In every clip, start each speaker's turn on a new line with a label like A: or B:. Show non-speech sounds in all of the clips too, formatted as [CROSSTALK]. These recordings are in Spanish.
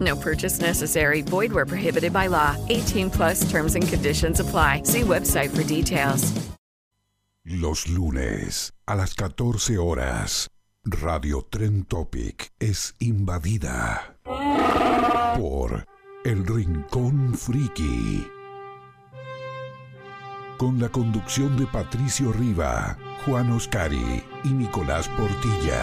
A: No purchase necessary. Void where prohibited by law. 18 plus terms and conditions apply. See website for details.
B: Los lunes a las 14 horas, Radio Tren Topic es invadida por El Rincón Friki. Con la conducción de Patricio Riva, Juan Oscari y Nicolás Portilla.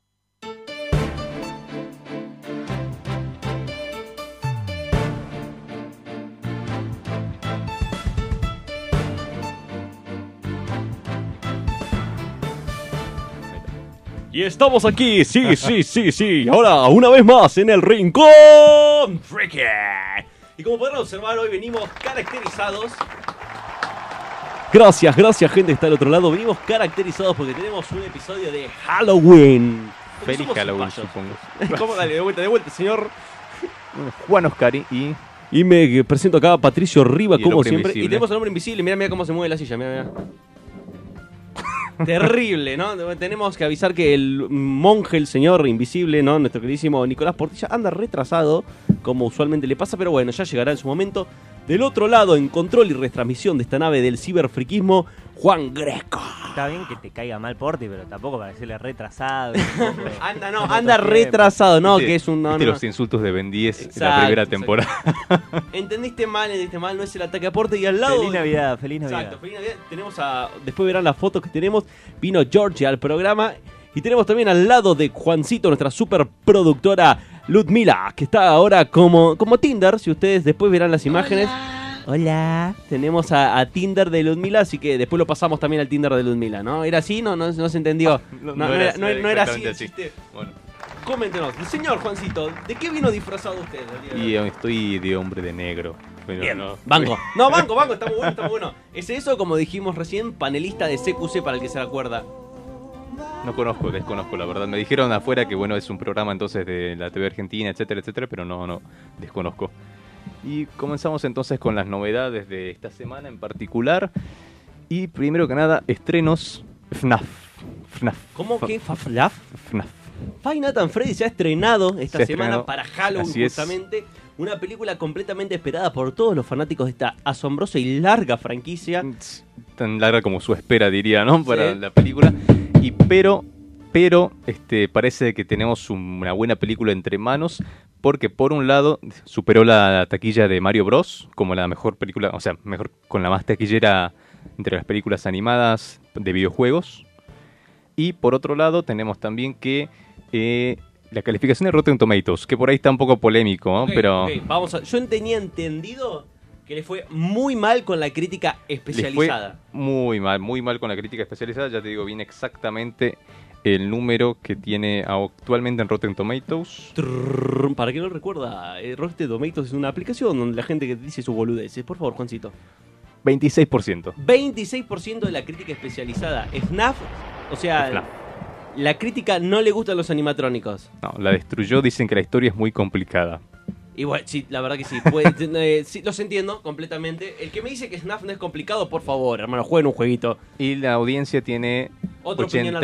C: Y estamos aquí, sí, sí, sí, sí. Ahora, una vez más, en el rincón. Freaky. Y como podrán observar, hoy venimos caracterizados. Gracias, gracias, gente que está al otro lado. Venimos caracterizados porque tenemos un episodio de Halloween. Porque
D: Feliz
C: somos
D: Halloween,
C: un payaso.
D: supongo.
C: [LAUGHS] ¿Cómo? Dale, de vuelta, de vuelta, señor.
D: Juan Oscari y
C: Y me presento acá a Patricio Riva,
D: Y el
C: como
D: hombre
C: siempre. Y
D: invisible.
C: tenemos al hombre invisible. Mira, mira cómo se mueve la silla. Mira, [LAUGHS] mira. Terrible, ¿no? Tenemos que avisar que el monje, el señor invisible, ¿no? Nuestro queridísimo Nicolás Portilla anda retrasado, como usualmente le pasa, pero bueno, ya llegará en su momento. Del otro lado, en control y retransmisión de esta nave del ciberfriquismo, Juan Greco.
E: Está bien que te caiga mal Porti, pero tampoco para decirle retrasado. un poco-
C: [LAUGHS] Anda, no,
E: Otro
C: anda
E: tiempo.
C: retrasado, ¿no?
D: Viste-
C: Que es un. no,
D: viste
C: no.
D: los insultos de Ben 10 de la
C: Exacto,
D: primera
C: exacto.
D: temporada.
C: Entendiste mal, entendiste mal, no es el ataque a Porte y al lado.
E: Feliz Navidad, feliz Navidad.
C: Exacto, feliz Navidad. Tenemos a. Después verán las fotos que tenemos. Vino Georgia al programa. Y tenemos también al lado de Juancito, nuestra superproductora Ludmila, que está ahora como, como Tinder. Si ustedes después verán las imágenes. Hola. Tenemos a, a Tinder de Ludmila, así que después lo pasamos también al Tinder de Ludmila, ¿no? ¿Era así? No, no, no se entendió. No, no era, no- no era así.
D: exactamente
C: el chiste. Coméntenos. Señor Juancito, ¿de qué vino disfrazado usted? el día de hoy?
D: Y eh, estoy de hombre de negro. pero
C: Bien,
D: no.
C: banco. [LAUGHS] No, banco, banco, está muy bueno, está muy bueno. Es eso, como dijimos recién, panelista de CQC para el que se acuerda.
D: No conozco, desconozco la verdad. Me dijeron afuera que bueno, es un programa entonces de la TV Argentina, etcétera, etcétera, pero no, no, desconozco. Y comenzamos entonces con las novedades de esta semana en particular. Y primero que nada, estrenos FNAF. FNAF.
C: ¿Cómo que
D: FNAF? FNAF.
C: Five Nights at Freddy se ha estrenado esta
D: Se ha
C: semana
D: estrenado.
C: para Halloween,
D: Así es.
C: justamente. Una película completamente esperada por todos los fanáticos de esta asombrosa y larga franquicia.
D: tan larga como su espera, diría, ¿no? Para
C: Sí.
D: la película. Y pero, pero, este, parece que tenemos un- una buena película entre manos. Porque por un lado superó la taquilla de Mario Bros. como la mejor película, o sea, mejor con la más taquillera entre las películas animadas de videojuegos. Y por otro lado tenemos también que eh, la calificación de Rotten Tomatoes, que por ahí está un poco polémico, ¿no?
C: Ok,
D: pero
C: ok, vamos a- Yo tenía entendido que le fue muy mal con la crítica
D: les fue
C: especializada.
D: muy mal, muy mal con la crítica especializada. Ya te digo bien exactamente el número que tiene actualmente en Rotten Tomatoes.
C: Trrr, Para que no recuerda, eh, Rotten Tomatoes es una aplicación donde la gente que dice sus boludeces. Por favor, Juancito.
D: 26%.
C: 26% de la crítica especializada. FNAF, o sea,
D: FNAF.
C: la crítica no le gustan los animatrónicos.
D: No, la destruyó. Dicen que la historia es muy complicada.
C: Y bueno, sí, la verdad que sí. Puede- [LAUGHS] eh, sí, Los entiendo completamente. El que me dice que FNAF no es complicado, por favor, hermano, jueguen un jueguito.
D: Y la audiencia tiene
C: Otra opinión al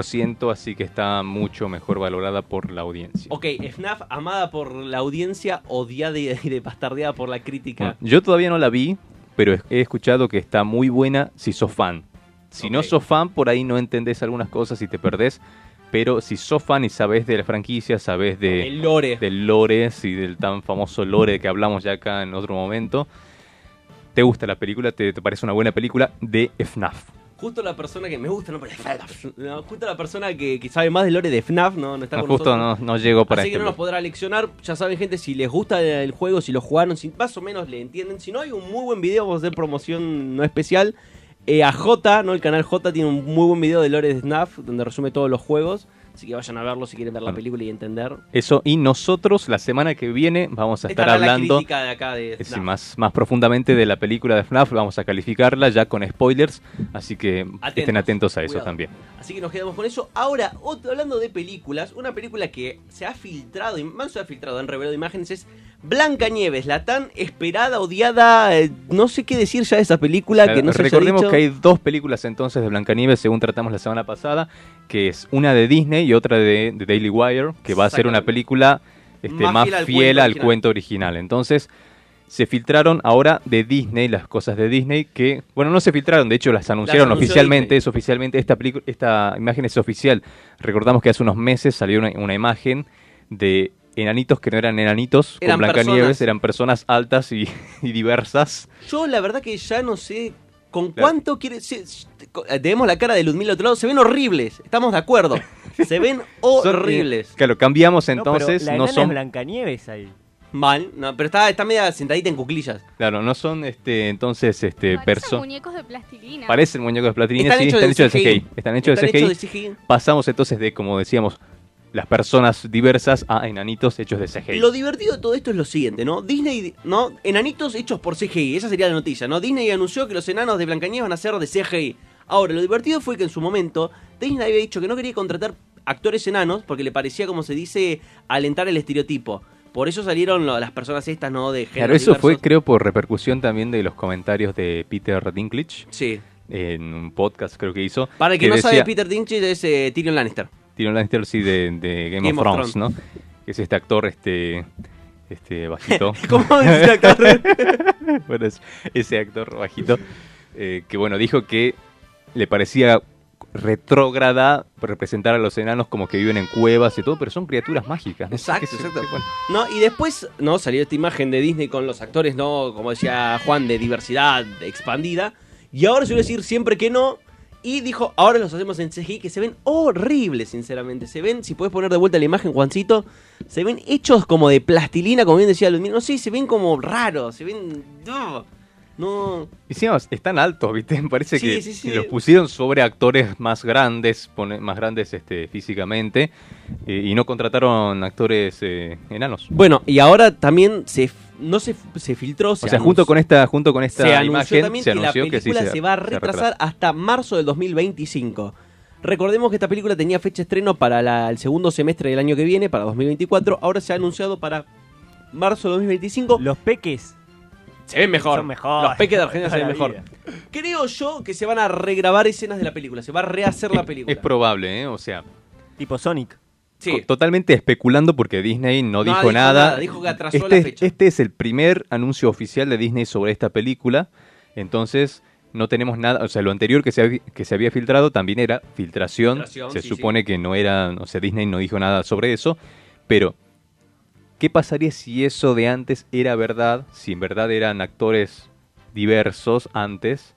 D: 88%, así que está mucho mejor valorada por la audiencia.
C: Ok, FNAF amada por la audiencia, odiada y [LAUGHS] y de bastardeada por la crítica.
D: Bueno, yo todavía no la vi, pero he escuchado que está muy buena si sos fan. Si no
C: Ok.
D: sos fan, por ahí no entendés algunas cosas y te perdés. Pero si sos fan y sabés de la franquicia, sabés de,
C: El lore.
D: del lore y del tan famoso lore que hablamos ya acá en otro momento, te gusta la película, te, te parece una buena película de FNAF.
C: Justo la persona que me gusta, no, pero FNAF, no, justo la persona que, que sabe más del lore de FNAF, no, no está
D: No,
C: con
D: Ah, justo
C: nosotros.
D: no, no llego para
C: Así que
D: este
C: no nos
D: bloque.
C: podrá leccionar. Ya saben, gente, si les gusta el juego, si lo jugaron, si más o menos le entienden. Si no, hay un muy buen video, vamos a hacer promoción no especial. Eh, a J, ¿no? El canal J tiene un muy buen video de Lore de Snaf, donde resume todos los juegos. Así que vayan a verlo si quieren ver la
D: Bueno.
C: película y entender.
D: Eso, y nosotros la semana que viene vamos a estar
C: Estará La
D: hablando
C: crítica de acá de
D: Sí,
C: Snaf.
D: más, más profundamente de la película de FNAF, vamos a calificarla ya con spoilers, así que estén atentos a eso
C: cuidado.
D: también.
C: Así que nos quedamos con eso. Ahora, otro- hablando de películas, una película que se ha filtrado, y más se ha filtrado, han revelado imágenes, es Blanca Nieves, la tan esperada, odiada, eh, no sé qué decir ya de esa película que
D: Claro,
C: no se haya
D: recordemos
C: dicho.
D: que hay dos películas entonces de Blancanieves, según tratamos la semana pasada, que es una de Disney y otra de, de Daily Wire, que va a ser una
C: Exactamente.
D: película este,
C: Más
D: más
C: fiel al
D: fiel
C: cuento
D: al
C: original.
D: cuento original. Entonces, se filtraron ahora de Disney, las cosas de Disney, que, bueno, no se filtraron, de hecho las anunciaron
C: anunció
D: oficialmente,
C: Disney.
D: es oficialmente, esta, pelicu- esta imagen es oficial. Recordamos que hace unos meses salió una, una imagen de enanitos que no eran enanitos,
C: Eran
D: con Blancanieves,
C: personas.
D: eran personas altas y, [LAUGHS] y diversas.
C: Yo la verdad que ya no sé con
D: Claro.
C: cuánto quiere... se- se- co- eh, tenemos la cara de Ludmila al otro lado, se ven horribles, estamos de
D: [LAUGHS]
C: acuerdo. se ven
D: Son-
C: horribles.
D: Claro, eh, cambiamos
E: No, pero
D: entonces,
E: la
D: no,
E: enana es
D: son,
E: Blancanieves ahí.
C: Mal, no, pero está, está media sentadita en cuclillas.
D: claro, no son este entonces este
F: Parecen
D: personas
F: muñecos de plastilina.
D: parecen muñecos de platina,
C: Están
D: sí,
C: hechos
D: están
C: de
D: hechos de
C: CGI.
D: CGI, están hechos de
C: Están
D: CGI.
C: hechos de CGI.
D: Pasamos entonces de como decíamos las personas diversas a enanitos hechos de CGI.
C: Lo divertido de todo esto es lo siguiente, ¿no? Disney, ¿no? Enanitos hechos por CGI, esa sería la noticia, ¿no? Disney anunció que los enanos de Blancanieves van a ser de CGI. Ahora, lo divertido fue que en su momento Disney había dicho que no quería contratar actores enanos porque le parecía, como se dice, alentar el estereotipo. Por eso salieron lo- las personas estas, ¿no? De género
D: Claro, eso fue creo por repercusión también de los comentarios de Peter Dinklage
C: Sí.
D: en un podcast creo que hizo.
C: Para el que, no sabe,
D: decía-
C: Peter Dinklage es eh, Tyrion Lannister.
D: Tyrion Lannister sí de, de Game,
C: Game
D: of,
C: of
D: Thrones, ¿no? Que es este actor este este bajito.
C: [LAUGHS] ¿Cómo es el actor?
D: [LAUGHS] bueno, es- ese actor bajito, eh, que bueno, dijo que le parecía retrógrada representar a los enanos como que viven en cuevas y todo, pero son criaturas mágicas. ¿no?
C: Exacto,
D: Que se-
C: exacto.
D: que, bueno,
C: No, y después, ¿no? Salió esta imagen de Disney con los actores, ¿no? Como decía Juan, de diversidad expandida. Y ahora se iba a decir siempre que no. Y dijo, ahora los hacemos en CGI, que se ven horribles, sinceramente. Se ven, si puedes poner de vuelta la imagen, Juancito, se ven hechos como de plastilina, como bien decía Ludmila. No sé, se ven como raros, se ven... No, no,
D: y sí, vamos, están altos, ¿viste? [LAUGHS] Me parece
C: Sí,
D: que
C: sí, sí.
D: los pusieron sobre actores más grandes, pone- más grandes este, físicamente, eh, y no contrataron actores eh, enanos.
C: Bueno, y ahora también se f- no se, f- se filtró.
D: O sea, junto con esta, junto con esta
C: se anunció
D: imagen,
C: también
D: se
C: que la
D: anunció
C: película
D: que sí
C: se, va a retrasar
D: retrasar.
C: hasta marzo del 2025. Recordemos que esta película tenía fecha de estreno para la- el segundo semestre del año que viene, para 2024. Ahora se ha anunciado para marzo del 2025.
E: Los peques
C: se ven mejor.
E: son mejores.
C: Los peques
E: [LAUGHS]
C: de Argentina se
E: Toda
C: ven
E: la
C: mejor.
E: vida.
C: Creo yo que se van a regrabar escenas de la película. Se va a rehacer la película.
D: Es probable, ¿eh? O sea,
E: Tipo Sonic.
C: Sí.
D: Co- Totalmente especulando porque Disney no,
C: No
D: dijo,
C: dijo
D: nada.
C: nada, dijo que atrasó
D: este,
C: la fecha.
D: Este es el primer anuncio oficial de Disney sobre esta película. Entonces, no tenemos nada. O sea, lo anterior que se, había- que se había filtrado también era filtración.
C: Filtración,
D: se
C: sí,
D: supone que no era. O sea, Disney no dijo nada sobre eso. Pero, ¿qué pasaría si eso de antes era verdad? Si en verdad eran actores diversos antes.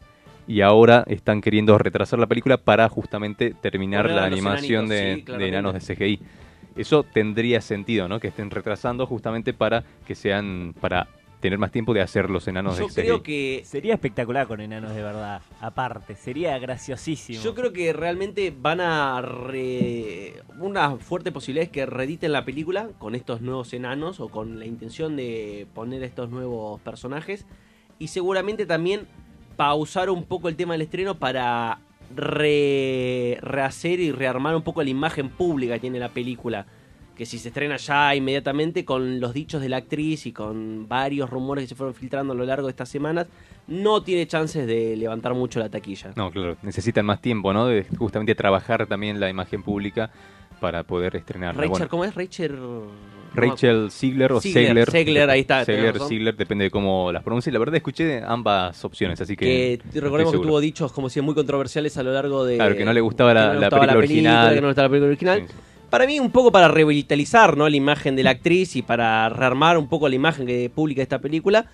D: Y ahora están queriendo retrasar la película para justamente terminar
C: Poner a
D: la
C: los
D: animación
C: enanitos, sí,
D: de, de
C: claramente.
D: enanos de CGI. Eso tendría sentido, ¿no? Que estén retrasando justamente para que sean. para tener más tiempo de hacer los enanos
C: yo
D: de CGI.
C: creo que
E: Sería espectacular con enanos de verdad. Aparte, sería graciosísimo.
C: Yo creo que realmente van a. Re... Una fuerte posibilidad es que reediten la película con estos nuevos enanos o con la intención de poner estos nuevos personajes. Y seguramente también pausar un poco el tema del estreno para re- rehacer y rearmar un poco la imagen pública que tiene la película. Que si se estrena ya inmediatamente con los dichos de la actriz y con varios rumores que se fueron filtrando a lo largo de estas semanas, no tiene chances de levantar mucho la taquilla.
D: No, claro, necesitan más tiempo, ¿no? De justamente trabajar también la imagen pública para poder estrenar.
C: Rachel, ¿cómo es? Rachel... no me
D: Ah, Rachel Ziegler o
C: Ziegler,
D: Segler.
C: Segler, ahí está, tenés
D: Segler,
C: razón.
D: Ziegler, depende de cómo las pronuncies. La verdad, escuché ambas opciones, así que.
C: que recordemos que
D: estoy seguro.
C: tuvo dichos como si muy controversiales a lo largo de
D: Claro, que no le gustaba la-
C: que no le
D: la
C: gustaba
D: película original.
C: que no le gustaba la película original.
D: Sí, sí.
C: Para mí un poco para revitalizar ¿no? la imagen de la actriz y para rearmar un poco la imagen que pública de esta película,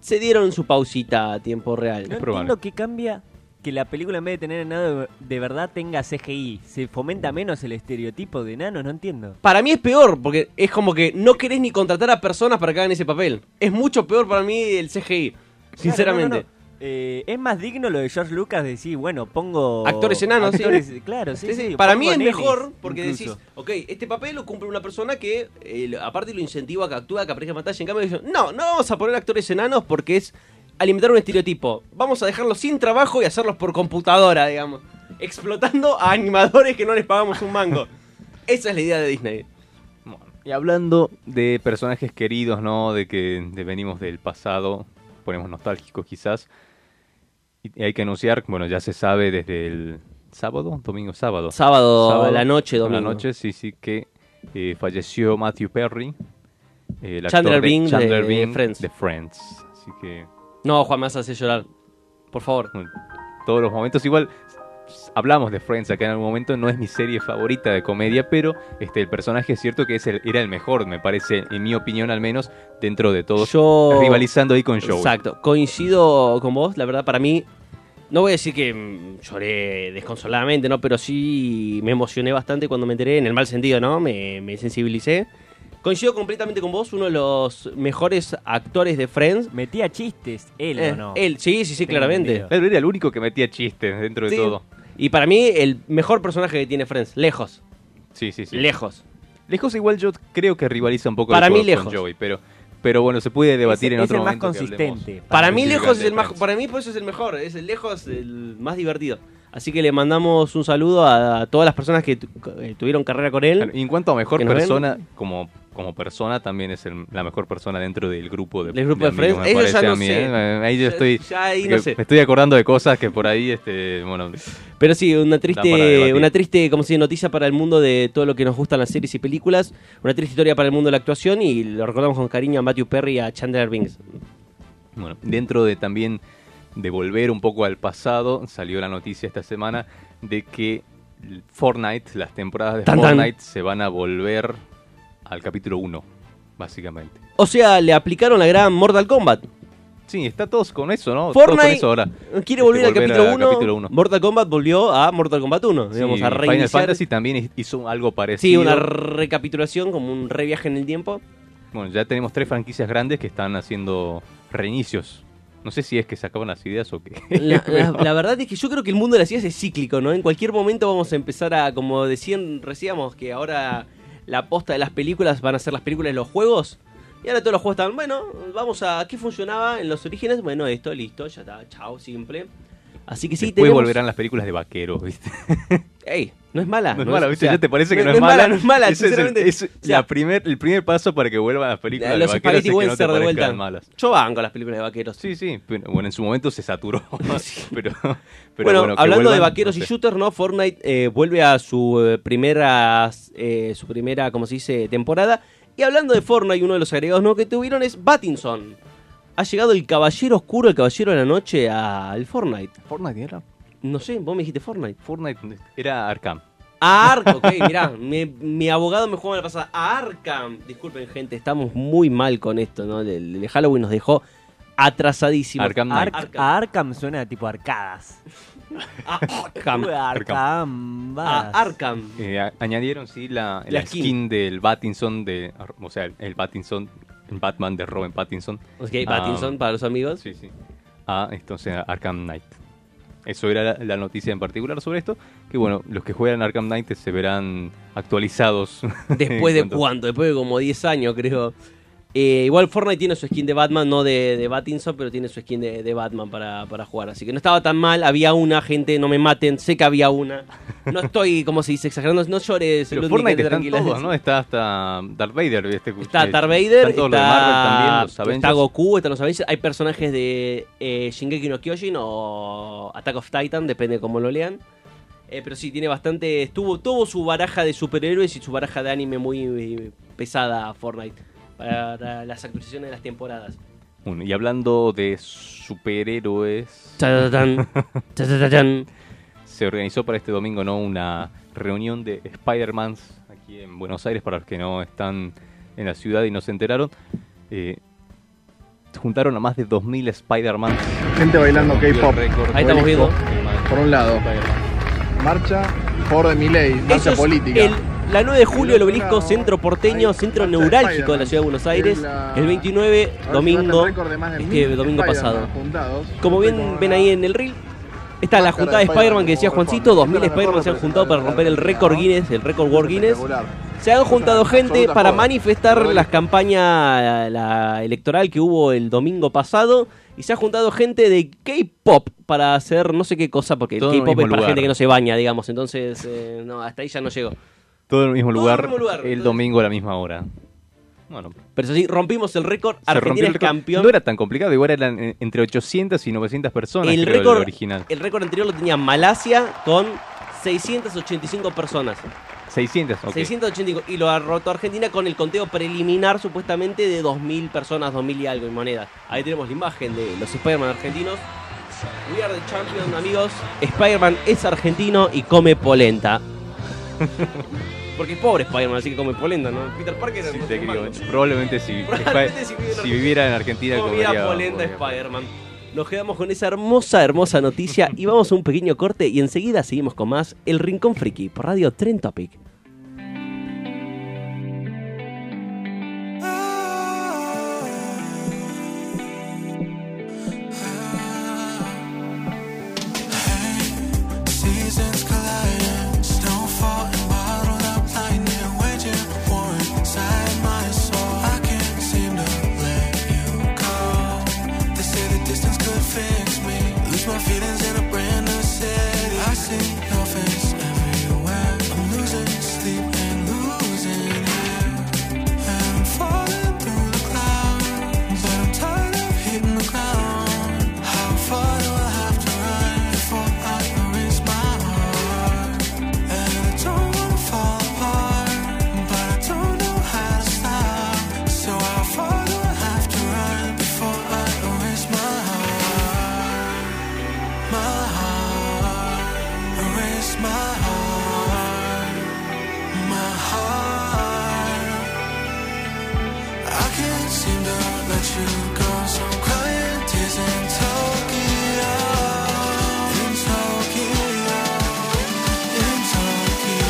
C: se dieron su pausita a tiempo real.
D: No,
C: No,
D: probable.
E: entiendo que cambia que la película en vez de tener enano de- de verdad tenga CGI. Se fomenta menos el estereotipo de enanos, no entiendo.
C: Para mí es peor, porque es como que no querés ni contratar a personas para que hagan ese papel. Es mucho peor para mí el CGI, sinceramente.
E: Claro, no, no, no. Eh, es más digno lo de George Lucas de decir, bueno, pongo...
C: Actores enanos, sí.
E: sí. Claro, sí,
C: Sí, sí.
E: sí,
C: Para
E: pongo
C: mí es
E: nenes,
C: mejor porque
E: incluso.
C: decís, ok, este papel lo cumple una persona que eh, lo- aparte lo incentiva a que actúe, a que aparezca en pantalla. En cambio, ellos, no, no vamos a poner actores enanos porque es alimentar un estereotipo. Vamos a dejarlos sin trabajo y hacerlos por computadora, digamos. Explotando a animadores que no les pagamos un mango.
E: [LAUGHS]
C: Esa es la idea de Disney.
D: Bueno, Y hablando de personajes queridos, ¿no? De que de- venimos del pasado, ponemos nostálgicos quizás. Y y hay que anunciar, bueno, ya se sabe desde el sábado, domingo, sábado.
C: Sábado,
D: Sábado,
C: a la noche,
D: a la
C: domingo.
D: noche, sí, sí, que eh, falleció Matthew Perry, eh, el actor
C: Chandler
D: de
C: Bing de-
D: Chandler
C: de
D: Bing
C: Friends.
D: de Friends. Así que
C: No, Juan, me vas a hacer llorar. Por favor.
D: bueno, todos los momentos. Igual s- hablamos de Friends acá en algún momento, no es mi serie favorita de comedia, pero este el personaje es cierto que es el, era el mejor, me parece, en mi opinión al menos, dentro de todos.
C: Yo-
D: Rivalizando ahí con Joey.
C: Exacto, coincido con vos, la verdad, para mí, no voy a decir que mm, lloré desconsoladamente, ¿no? Pero sí me emocioné bastante cuando me enteré, en el mal sentido, ¿no? Me, me sensibilicé. Coincido completamente con vos, uno de los mejores actores de Friends.
E: Metía chistes, él
C: Eh,
E: o no.
C: Él, sí, sí, sí,
E: Tengo
C: claramente.
E: entendido.
D: Claro, era el único que metía chistes dentro de
C: Sí.
D: todo.
C: Y para mí, el mejor personaje que tiene Friends, lejos,
D: Sí, sí, sí.
C: lejos.
D: lejos igual yo creo que rivaliza un poco
C: Para
D: de
C: mí
D: todos
C: lejos.
D: con Joey, pero, pero bueno, se puede debatir
E: Es-
D: en
E: es
D: otro
E: el más
D: momento que hablemos.
E: consistente.
C: Para mí
D: Sí,
C: lejos es
D: de
C: el más,
D: Friends.
C: para mí por eso es el mejor, es el lejos el más divertido. Así que le mandamos un saludo a, a todas las personas que tu- eh, tuvieron carrera con él.
D: Claro, Y en cuanto a mejor
C: Que nos ven.
D: persona, como, como persona también es el- la mejor persona dentro del grupo de
C: Del grupo de
D: amigos,
C: Friends.
D: me
C: Ellos ya
D: parece
C: no
D: a mí,
C: sé.
D: ¿eh? Ahí yo
C: Ya-
D: estoy,
C: ya ahí no
D: que-
C: sé.
D: me estoy acordando de cosas que por ahí, este, bueno,
C: Pero sí, una
D: para
C: triste,
D: debatir.
C: una triste, como se dice, noticia para el mundo de todo lo que nos gustan las series y películas, una triste historia para el mundo de la actuación y lo recordamos con cariño a Matthew Perry y a Chandler Bing.
D: bueno, dentro de también de volver un poco al pasado, salió la noticia esta semana de que Fortnite, las temporadas de
C: Tan, tan.
D: Fortnite se van a volver al capítulo 1, básicamente.
C: O sea, le aplicaron la gran Mortal Kombat.
D: Sí, está todos con eso, ¿no? Todos con
C: Fortnite
D: eso ahora.
C: quiere
D: Este,
C: volver al
D: volver a
C: capítulo 1.
D: capítulo uno.
C: Mortal Kombat volvió a Mortal Kombat 1, digamos,
D: Sí,
C: a
D: Final
C: reiniciar.
D: Fantasy también hizo algo parecido.
C: Sí, una recapitulación, como un reviaje en el tiempo.
D: Bueno, ya tenemos tres franquicias grandes que están haciendo reinicios. No sé si es que sacaban las ideas o qué.
C: La, la- la verdad es que yo creo que el mundo de las ideas es cíclico, ¿no? En cualquier momento vamos a empezar a, como decían, decíamos que ahora la aposta de las películas van a ser las películas de los juegos. Y ahora todos los juegos están, bueno, vamos a qué funcionaba en los orígenes. Bueno, esto, listo, ya está, chao, simple. Así que sí,
D: [LAUGHS] Después
C: tenemos-
D: volverán las películas de
C: [LAUGHS]
D: vaqueros, ¿viste?
C: Ey, no es mala.
D: No es mala,
C: o
D: ¿viste?
C: sea,
D: ya te parece que no, es mala.
C: No es mala,
D: Ese es el-
C: sinceramente.
D: es
C: O sea,
D: la primer, el primer paso para que vuelvan las películas de
C: los
D: vaqueros es
C: Spaghetti
D: que no te
C: Western de
D: parezcan
C: vuelta.
D: malas.
C: Yo banco las películas de vaqueros.
D: Sí, sí. pero- bueno, en su momento
C: [LAUGHS]
D: se saturó. [LAUGHS] pero, pero
C: bueno,
D: bueno, que
C: hablando de
D: vuelvan,
C: vaqueros
D: no
C: y
D: sé.
C: shooters, ¿no? Fortnite eh, vuelve a su eh, primera, eh, su primera, como se dice, temporada. Y hablando de Fortnite, uno de los agregados ¿no? que tuvieron es Battinson. Ha llegado el caballero oscuro, el caballero de la noche al Fortnite.
D: Fortnite era.
C: No sé, vos me dijiste Fortnite.
D: Fortnite era Arkham.
C: A Arkham,
D: [LAUGHS]
C: ok, mirá, me- mi abogado me jugó la pasada. A Arkham, disculpen gente, estamos muy mal con esto, ¿no? El, el Halloween nos dejó atrasadísimos.
D: Arkham
E: Ark-
D: Knight.
C: Arkham.
E: A Arkham suena tipo arcadas.
C: A
D: [LAUGHS]
C: Arkham. Ah,
E: Uy, Arkham.
C: A
E: vas.
C: Arkham.
D: Eh, a- añadieron, sí, la,
C: La
D: la
C: skin.
D: skin. del Battinson, de, o sea, el Battinson, el Batman de Robin Pattinson.
C: Ok, Battinson para los amigos.
D: Sí, sí. Ah, entonces Arkham Knight. Eso era la, la noticia en particular sobre esto. Que bueno, los que juegan Arkham Knight se verán actualizados. [LAUGHS]
C: ¿Después de
D: Cuando-
C: cuánto? Después de como 10 años, creo. Eh, igual Fortnite tiene su skin de Batman, no de, de Batinson, pero tiene su skin de, de Batman para, para jugar. Así que no estaba tan mal, había una, gente, no me maten, sé que había una. No estoy, como se dice, exagerando, no llores.
D: Pero
C: Ludwig,
D: Fortnite
C: quédate
D: están
C: tranquila.
D: todos, ¿no? Está hasta Darth Vader. Este,
C: Está Darth Vader,
D: Están todos los de
C: está,
D: Marvel también, los Avengers.
C: está Goku, están los Avengers. Hay personajes de eh, Shingeki no Kyojin o Attack of Titan, depende de cómo lo lean. Eh, pero sí, tiene bastante. Estuvo, tuvo su baraja de superhéroes y su baraja de anime muy, eh, pesada Fortnite para las actualizaciones de las temporadas.
D: Bueno, y hablando de superhéroes.
C: Tatatán, tatatán.
D: Se organizó para este domingo ¿no? una reunión de Spider-Mans aquí en Buenos Aires, para los que no están en la ciudad y no se enteraron. Eh, juntaron a más de 2.000 Spider-Man.
G: Gente bailando K-pop. Ahí estamos viendo.
D: Por
G: un lado. Marcha por de mi ley, marcha
C: Eso es
G: política.
C: el- la 9 de julio, el obelisco centro porteño, centro neurálgico de la ciudad de Buenos Aires. El 29, domingo, este domingo pasado. Como bien ven ahí en el reel, está la juntada de Spider-Man que decía Juancito, 2000 Spider-Man se han juntado para romper el récord Guinness, el récord World Guinness. Se han juntado gente para manifestar las campañas la electoral que hubo el domingo pasado y se ha juntado gente de K-pop para hacer no sé qué cosa porque el
D: Todo en el
C: K-pop es
D: mismo
C: para
D: lugar.
C: gente que no se baña, digamos, entonces eh, no, hasta ahí ya no llegó.
D: Todo en el mismo
C: Todo
D: lugar,
C: en el mismo lugar,
D: el domingo a la misma hora. Bueno,
C: Pero eso sí, rompimos el récord,
D: se rompió
C: Argentina
D: el
C: es
D: récord.
C: campeón.
D: No era tan complicado, igual eran eh, entre 800 y 900 personas.
C: el
D: creo,
C: récord,
D: original.
C: el récord anterior lo tenía Malasia con 685 personas.
D: 600, ok.
C: 685. Y lo ha roto Argentina con el conteo preliminar supuestamente de 2.000 personas, 2.000 y algo en moneda. Ahí tenemos la imagen de los Spider-Man argentinos. We are the champion, amigos. Spider-Man es argentino y come
D: [LAUGHS]
C: polenta. Porque es pobre Spider-Man, así que come polenta, ¿no? Peter Parker era
D: Sí,
C: un
D: te creo.
C: humano.
D: Probablemente si,
C: Probablemente si
D: Spi-
C: viviera en
D: si viviera en Argentina
C: Comida
D: comería-
C: polenta
D: comería-
C: Spider-Man. Nos quedamos con esa hermosa, hermosa noticia y vamos a un pequeño corte y enseguida seguimos con más El Rincón Friki por Radio Tren Topic.
H: Seasons colliding, snowfall and bottled up lightning, waging war inside my soul. I can't seem to let you go. They say the distance could fix me. Lose my feelings in a brand new city. I see your face everywhere. I'm losing sleep and losing hair, and I'm falling through the clouds. But I'm tired of hitting the ground. How far do I have to run before I erase my heart? And I don't wanna fall apart, but I don't know how to stop. So how far do I have to run before I erase my heart? My heart, erase my heart, my heart. I can't seem to let you go, so I'm crying tears in Tokyo, in Tokyo, in Tokyo.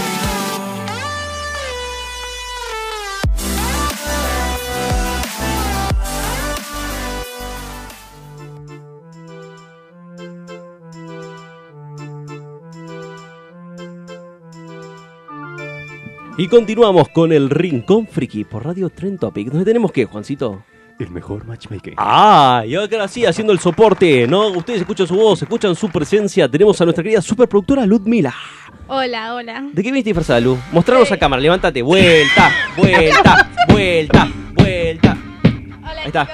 C: Y continuamos con El Rincón Friki por Radio Tren Topic. ¿Dónde tenemos qué, Juancito?
D: El mejor matchmaking.
C: Ah, y ahora sí, haciendo el soporte, ¿no? Ustedes escuchan su voz, escuchan su presencia. Tenemos a nuestra querida superproductora Ludmila.
I: Hola, hola.
C: ¿De qué viniste disfrazada, Lu? Mostraros a cámara, levántate. Vuelta, vuelta, vuelta, vuelta. Ahí está.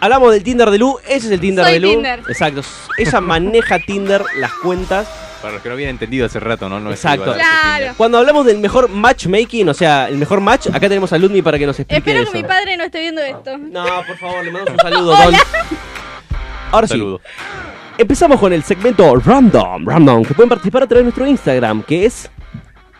C: Hablamos del Tinder de Lu, ese es el Tinder
I: Soy
C: de Lu.
I: Tinder.
C: Exacto. Ella maneja Tinder, las cuentas.
D: Para los que no habían entendido hace rato, ¿no? No es
C: Exacto.
D: igual a-
C: Cuando hablamos del mejor matchmaking, o sea, el mejor match, acá tenemos a Ludmi para que nos explique
I: Espero
C: eso.
I: que mi padre no esté viendo esto.
C: No, por favor, le mandamos un saludo, Don. Ahora sí.
D: Saludo.
C: Empezamos con el segmento Random, Random, que pueden participar a través de nuestro Instagram, que es...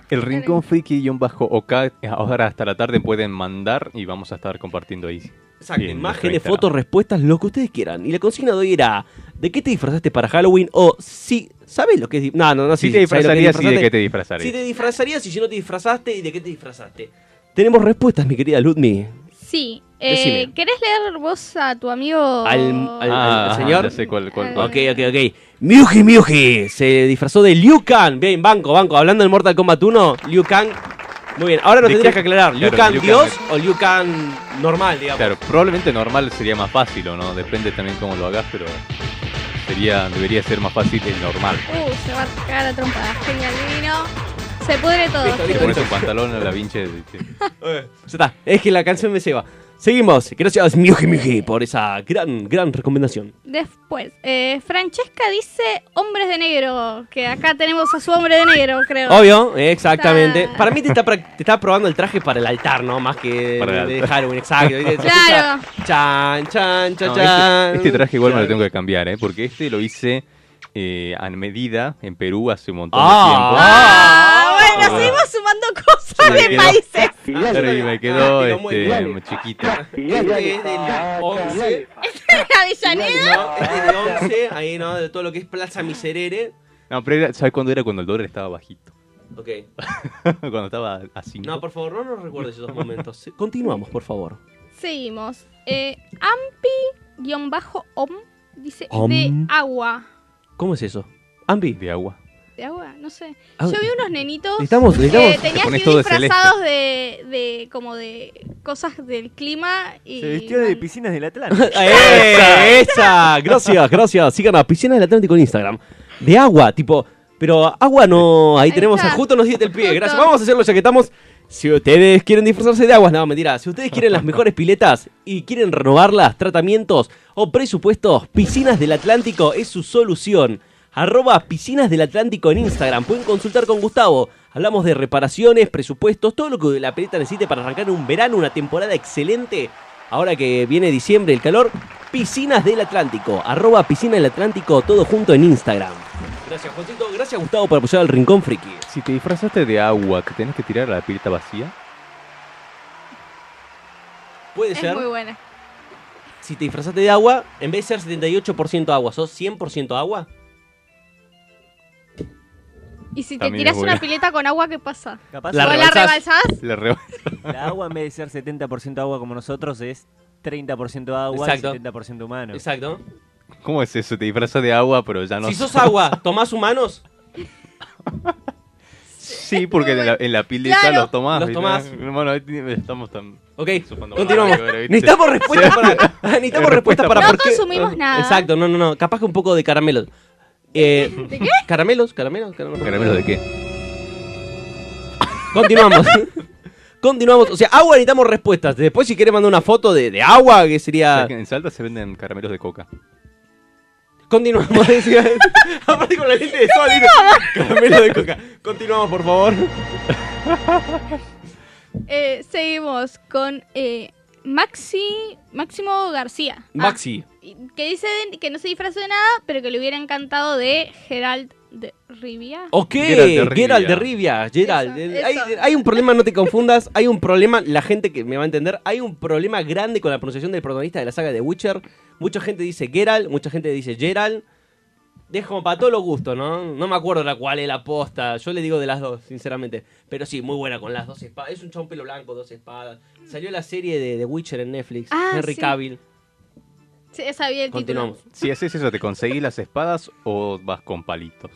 D: El rincón friki y un bajo OK. Ahora hasta la tarde pueden mandar y vamos a estar compartiendo ahí.
C: Exacto,
D: en nuestro
C: imágenes,
D: Instagram.
C: fotos, respuestas, lo que ustedes quieran. Y la consigna de hoy era, ¿de qué te disfrazaste para Halloween? O si, ¿sabes lo que es? No, no, no,
D: Si
C: sí,
D: te
C: ¿sabes lo que
D: disfrazarías y de
C: disfrazaste?
D: qué te disfrazarías.
C: Si te disfrazarías y si no te disfrazaste y de qué te disfrazaste. Tenemos respuestas, mi querida Ludmi.
I: Sí. eh,
C: Decime.
I: ¿Querés leer vos a tu amigo?
C: Al, al-
D: Ah,
C: al
D: ajá,
C: señor.
D: ya sé cuál- cuál- cuál.
C: Ok, ok, ok. Miuji Miuji se disfrazó de Liu Kang. Bien, banco, banco. Hablando del Mortal Kombat 1, Liu Kang Muy bien, ahora lo
D: ¿De
C: tendrías
D: qué?
C: que aclarar. ¿Liu
D: Claro,
C: Kang
D: Liu Kang
C: Dios
D: es-
C: o Liu Kang normal, digamos?
D: Claro, probablemente normal sería más fácil o no, depende también cómo lo hagas, pero sería, debería ser más fácil el normal.
I: Uh, se va a cagar a trompada. Genial, divino. Se pudre todo.
D: Te
I: sí.
D: pones un pantalón a la vinche de- de-
C: Ya está, es que la canción me ceba. Seguimos, gracias Miuji Miuji por esa gran, gran recomendación.
I: Después, eh, Francesca dice hombres de negro. Que acá tenemos a su hombre de negro, creo.
C: Obvio, exactamente. Para mí te está, pra- te está probando el traje para el altar, ¿no? Más que
D: Para
C: de,
D: el
C: de
D: altar.
C: Halloween,
D: [LAUGHS]
C: exacto. Y se escucha,
I: Claro.
C: Chan, chan, chan,
D: No,
C: chan.
D: este, este traje igual me lo tengo que cambiar, ¿eh? porque este lo hice eh, a medida en Perú hace un montón
C: Ah,
I: Ah,
D: de tiempo.
I: bueno, seguimos sumando cosas
D: me
I: de
C: [LAUGHS]
D: quedó-
I: países. [LAUGHS]
D: Claro, y me quedó
C: Ah, muy
D: este,
C: bien.
D: muy chiquita.
C: Este es de la 11.
I: Avellaneda.
C: No, este es de 11, ahí no, de todo lo que es Plaza Miserere.
D: No, pero era- ¿sabes cuándo era? Cuando el dólar estaba bajito. [LAUGHS]
C: Ok.
D: Cuando estaba a 5.
C: No, por favor, no nos recuerdes esos momentos. Continuamos, por favor.
I: Seguimos. Eh, Ampi-om dice
C: Om.
I: de agua.
C: ¿Cómo es eso? Ambi.
D: De agua.
I: ¿De agua? No sé.
C: Ah,
I: Yo vi unos nenitos
C: necesitamos- necesitamos-
I: que
C: Te
I: tenían
C: pones
I: que ir
C: todo de celeste.
I: disfrazados de, de como de cosas del clima y...
E: Se vistió de piscinas del Atlántico.
C: ¡Eh! [LAUGHS] ¡Esa! Gracias, gracias. Sigan a Piscinas del Atlántico en Instagram. De agua, tipo. Pero agua no. Ahí, tenemos a
E: está.
C: Justo nos diete el pie. Gracias. Vamos a hacerlo ya que estamos. Si ustedes quieren disfrazarse de aguas, no, mentira. Si ustedes quieren las mejores piletas y quieren renovarlas, tratamientos o presupuestos, Piscinas del Atlántico es su solución. Arroba Piscinas del Atlántico en Instagram. Pueden consultar con Gustavo. Hablamos de reparaciones, presupuestos, todo lo que la pileta necesite para arrancar un verano, una temporada excelente. Ahora que viene diciembre, el calor, Piscinas del Atlántico. Arroba Piscina del Atlántico, todo junto en Instagram. Gracias, Juancito. Gracias, Gustavo, por apoyar al Rincón Friki.
D: Si te disfrazaste de agua, ¿te tenés que tirar a la pileta vacía?
C: Puede
I: Es
C: ser.
I: muy buena.
C: Si te disfrazaste de agua, en vez de ser 78% agua, ¿sos 100% agua?
I: Y si te
C: También
I: tiras
C: es buena.
I: una pileta con agua, ¿qué pasa?
E: Capaz
C: La
I: ¿O la [LAUGHS] rebalsás?
E: La agua, en vez de ser 70% agua como nosotros, es 30% agua
C: Exacto.
E: y 70% humano.
C: Exacto.
D: [LAUGHS] ¿Cómo es eso? Te disfrazas de agua, pero ya no
C: Si sos agua, ¿tomás humanos?
D: Sí, porque en la, en la pileta
C: Claro.
D: los tomás.
C: Los
D: ¿viste?
C: tomás.
D: Bueno, ahí tiene- estamos tan.
C: Ok,
D: sumando
C: continuamos.
D: palabras, ¿viste?
C: Necesitamos respuestas para. [LAUGHS] Necesitamos
D: Respuesta
C: respuestas para
I: para-
C: por
I: No
C: qué- Ah,
I: consumimos nada.
C: Exacto, no, no, no. Capaz que un poco de caramelos. Eh, ¿Caramelos? ¿Caramelos? ¿Caramelos?
D: ¿Caramelos de qué?
C: Continuamos. [LAUGHS] Continuamos. O sea, agua necesitamos respuestas. Después, si quieres mandar una foto de, de agua, que sería.
D: En Salta se venden caramelos de coca.
C: Continuamos. [LAUGHS] decía. Aparte con la lente de sol. dice, Caramelo de coca. Continuamos, por favor.
I: Eh, seguimos con eh, Maxi, Máximo García. Ah,
C: Maxi.
I: que dice de- que no se disfrazó de nada, pero que le hubiera encantado de Gerald de Rivia.
C: Ok,
D: Geralt de Rivia.
C: Gerald de Rivia. Gerald.
I: Eso,
C: hay,
I: eso.
C: hay un problema, no te confundas. Hay un problema, la gente que me va a entender, hay un problema grande con la pronunciación del protagonista de la saga de Witcher. Mucha gente dice Gerald, mucha gente dice Gerald. Es como para todos los gustos, ¿no? No me acuerdo la cual es la posta. Yo le digo de las dos, sinceramente. Pero sí, muy buena con las dos espadas. Es un chabón pelo blanco, dos espadas. Salió la serie de, de Witcher en Netflix.
I: Ah,
C: Henry
I: sí.
C: Cavill.
I: Sí, sabía el título.
D: Si haces eso, ¿te conseguís las espadas o vas con palitos?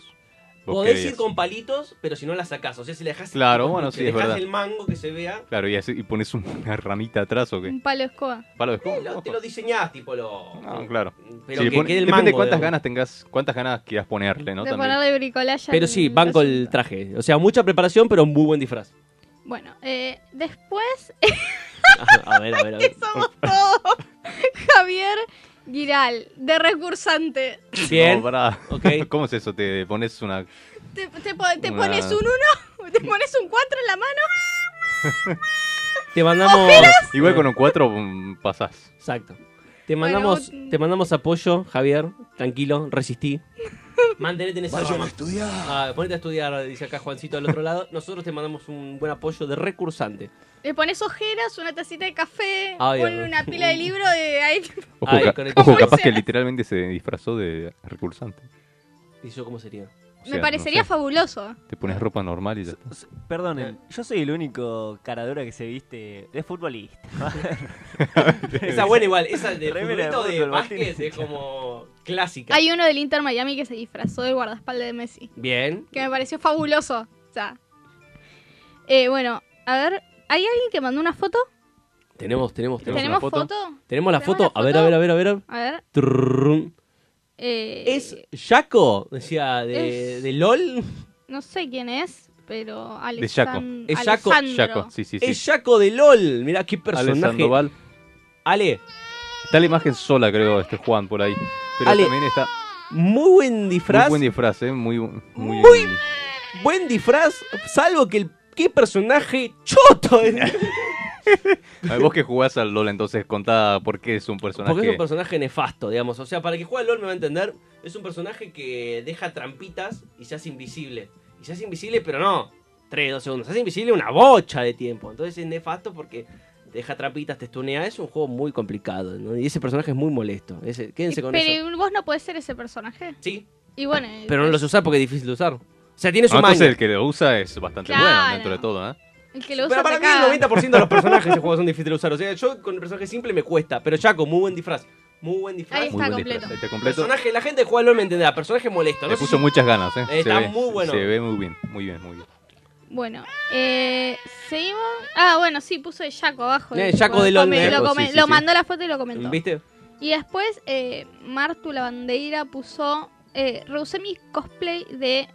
D: ¿Vos
C: Podés
D: qué harías?
C: ir con palitos, pero si no la sacás. O sea, si le dejás,
D: Claro, bueno, sí,
C: le
D: es
C: dejás
D: verdad.
C: el mango que se vea.
D: Claro, y, así- y pones una ramita atrás o qué?
I: Un palo de escoba.
D: Palo de
C: Te
D: escoba.
C: eh, lo, te lo diseñás, tipo lo.
D: No, claro.
C: Pero
D: Si le
C: que
D: pone-
C: quede el
D: depende de
C: mango, eh.
D: cuántas
C: digamos.
D: ganas tengas, cuántas ganas quieras ponerle, ¿no?
I: de
D: También.
I: ponerle bricolaya.
C: Pero
I: al-
C: sí, van con el traje. O sea, mucha preparación, pero muy buen
I: [LAUGHS]
C: disfraz.
I: Bueno, eh, después
C: A ver, a ver, a ver. [LAUGHS]
I: todo Javier Giral, de recursante.
C: Bien.
D: No, pará. [LAUGHS] ¿Cómo es eso? ¿Te pones una...?
I: Te, te po- te
D: Una-
I: pones un 1, te [LAUGHS] pones un 4 en la mano.
C: Te mandamos.
D: [LAUGHS] Igual con un 4 pasás.
C: Exacto. Te mandamos, te mandamos apoyo, Javier. Tranquilo, resistí. Mantenete en esa
H: Vayan
C: rama.
H: a estudiar.
C: Ah, ponete a estudiar, dice acá Juancito del otro lado. Nosotros te mandamos un buen apoyo de recursante.
I: Le pones ojeras, una tacita de café,
C: Ay,
I: ponen
C: ay.
I: una pila de libro de ahí.
D: Ojo,
C: Ay,
D: ca-
C: con el-
D: ojo,
C: ¿Cómo
D: capaz que
I: será?
D: literalmente se disfrazó de recursante.
C: ¿Y yo cómo sería?
D: O sea,
I: Me
D: no
I: parecería
D: sé,
I: fabuloso.
D: Te pones ropa normal y ya está.
E: Perdonen, yo soy el único caradura que se viste de futbolista.
C: Esa buena igual, esa de
E: Remera
C: futbolito de
E: fútbol, Martín.
C: básquet es como clásica.
I: Hay uno del Inter Miami que se disfrazó de guardaespaldas de Messi,
C: Bien.
I: que me pareció fabuloso. O sea. Eh, bueno, A ver, ¿hay alguien que mandó una foto?
C: Tenemos, tenemos, tenemos.
I: ¿Tenemos
C: la foto?
I: foto?
C: Tenemos la
I: ¿Tenemos
C: foto.
I: la
C: A ver, a
I: foto?
C: ver, a ver, a ver.
I: A ver.
C: Trrrrum.
I: eh,
C: ¿Es Jaco? Decía, de,
I: Es-
C: de LOL.
I: No sé quién es, pero
C: De
I: Alexandro.
C: Jaco. Es Jaco.
D: sí, sí, sí.
C: Es Jaco de LOL. Mirá qué
D: Ale
C: personaje.
D: Sandoval.
C: Ale.
D: Está la imagen sola, creo, este Juan por ahí. Pero
C: Ale,
D: también está.
C: Muy buen disfraz.
D: Muy buen disfraz, ¿eh? Muy. Muy.
C: Muy buen disfraz. Salvo que el. ¡Qué personaje choto!
D: [LAUGHS] A ver, vos que jugás al LOL, entonces contá por qué es un personaje.
C: Porque Uh. es un personaje nefasto, digamos. O sea, para el que juega al LOL me va a entender, es un personaje que deja trampitas y se hace invisible. Y se hace invisible, pero no 3, 2 segundos. Se hace invisible una bocha de tiempo. Entonces es nefasto porque deja trampitas, te estunea. Es un juego muy complicado. ¿no? Y ese personaje es muy molesto. Ese- quédense con eso.
I: Pero Eh, vos no podés ser ese personaje.
C: Sí.
I: Y bueno.
C: Pero no los usás porque es difícil de usar. O sea, tiene su
D: No, Ah, entonces
C: maña.
D: el que lo usa es bastante
I: Claro.
D: bueno dentro de todo, ¿eh?
I: El que lo usa
C: Pero para mí
I: atacada.
C: el 90% de los personajes de este juego son difíciles de usar. O sea, yo con el personaje simple me cuesta. Pero Chaco, muy buen disfraz. Muy buen disfraz.
I: Ahí está Muy buen completo. disfraz.
D: Ahí está completo.
C: Personaje, la gente juega al LOL me entenderá. Personaje molesto.
D: Le
C: No sé
D: puso
C: si-
D: muchas ganas, ¿eh?
C: Está
D: Se ve-
C: muy bueno.
D: Se ve muy bien, muy bien, muy bien.
I: Bueno, eh, seguimos. Ah, bueno, sí, puso de Jaco abajo.
C: Eh,
I: Y
C: Jaco
I: lo
C: de LOL,
I: come-
C: eh.
I: Lo,
C: Jaco,
I: come-
C: sí, sí,
I: lo
C: sí.
I: mandó la foto y lo comentó.
C: ¿Viste?
I: Y después, eh, Martu la bandera puso. Eh, rehusé mi cosplay de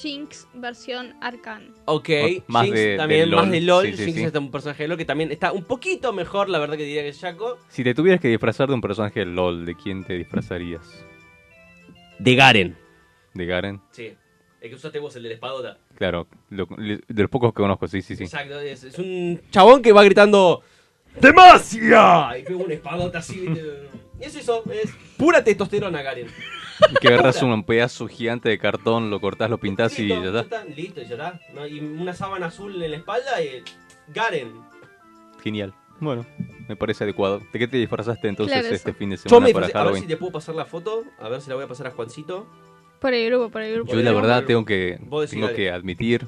I: Jinx versión Arcan.
C: Ok,
D: O- más
C: Jinx
D: de-
C: también,
D: del
C: más
D: LOL.
C: de LOL.
D: Sí, sí,
C: Jinx
D: sí.
C: está un personaje de LOL que también está un poquito mejor, la verdad que diría que Jaco.
D: Si te tuvieras que disfrazar de un personaje de LOL, ¿de quién te disfrazarías?
C: De Garen.
D: ¿De Garen?
C: Sí, el que usaste vos, el de la espadota.
D: Claro, lo- le- de los pocos que conozco, sí, sí, sí.
C: Exacto, es, es un chabón que va gritando ¡Demacia! Y pega una espadota así. ¿viste? Y es eso, es pura testosterona, Garen.
D: Que agarras un pedazo gigante de cartón, lo cortás, lo pintás y ya está.
C: Tan listo, y ya está. ¿no? Y una sábana azul en la espalda eh, y Garen.
D: Genial. Bueno, me parece adecuado. ¿De qué te disfrazaste entonces
I: Claro,
D: este
I: eso.
D: fin de
C: Yo
D: semana
C: me
D: para
C: disfrazé- a ver si
D: Halloween?
C: te puedo pasar la foto, a ver si la voy a pasar a Juancito.
I: Por el grupo, por el grupo.
D: Yo la verdad tengo que,
C: Vos decís,
D: tengo
C: dale.
D: que admitir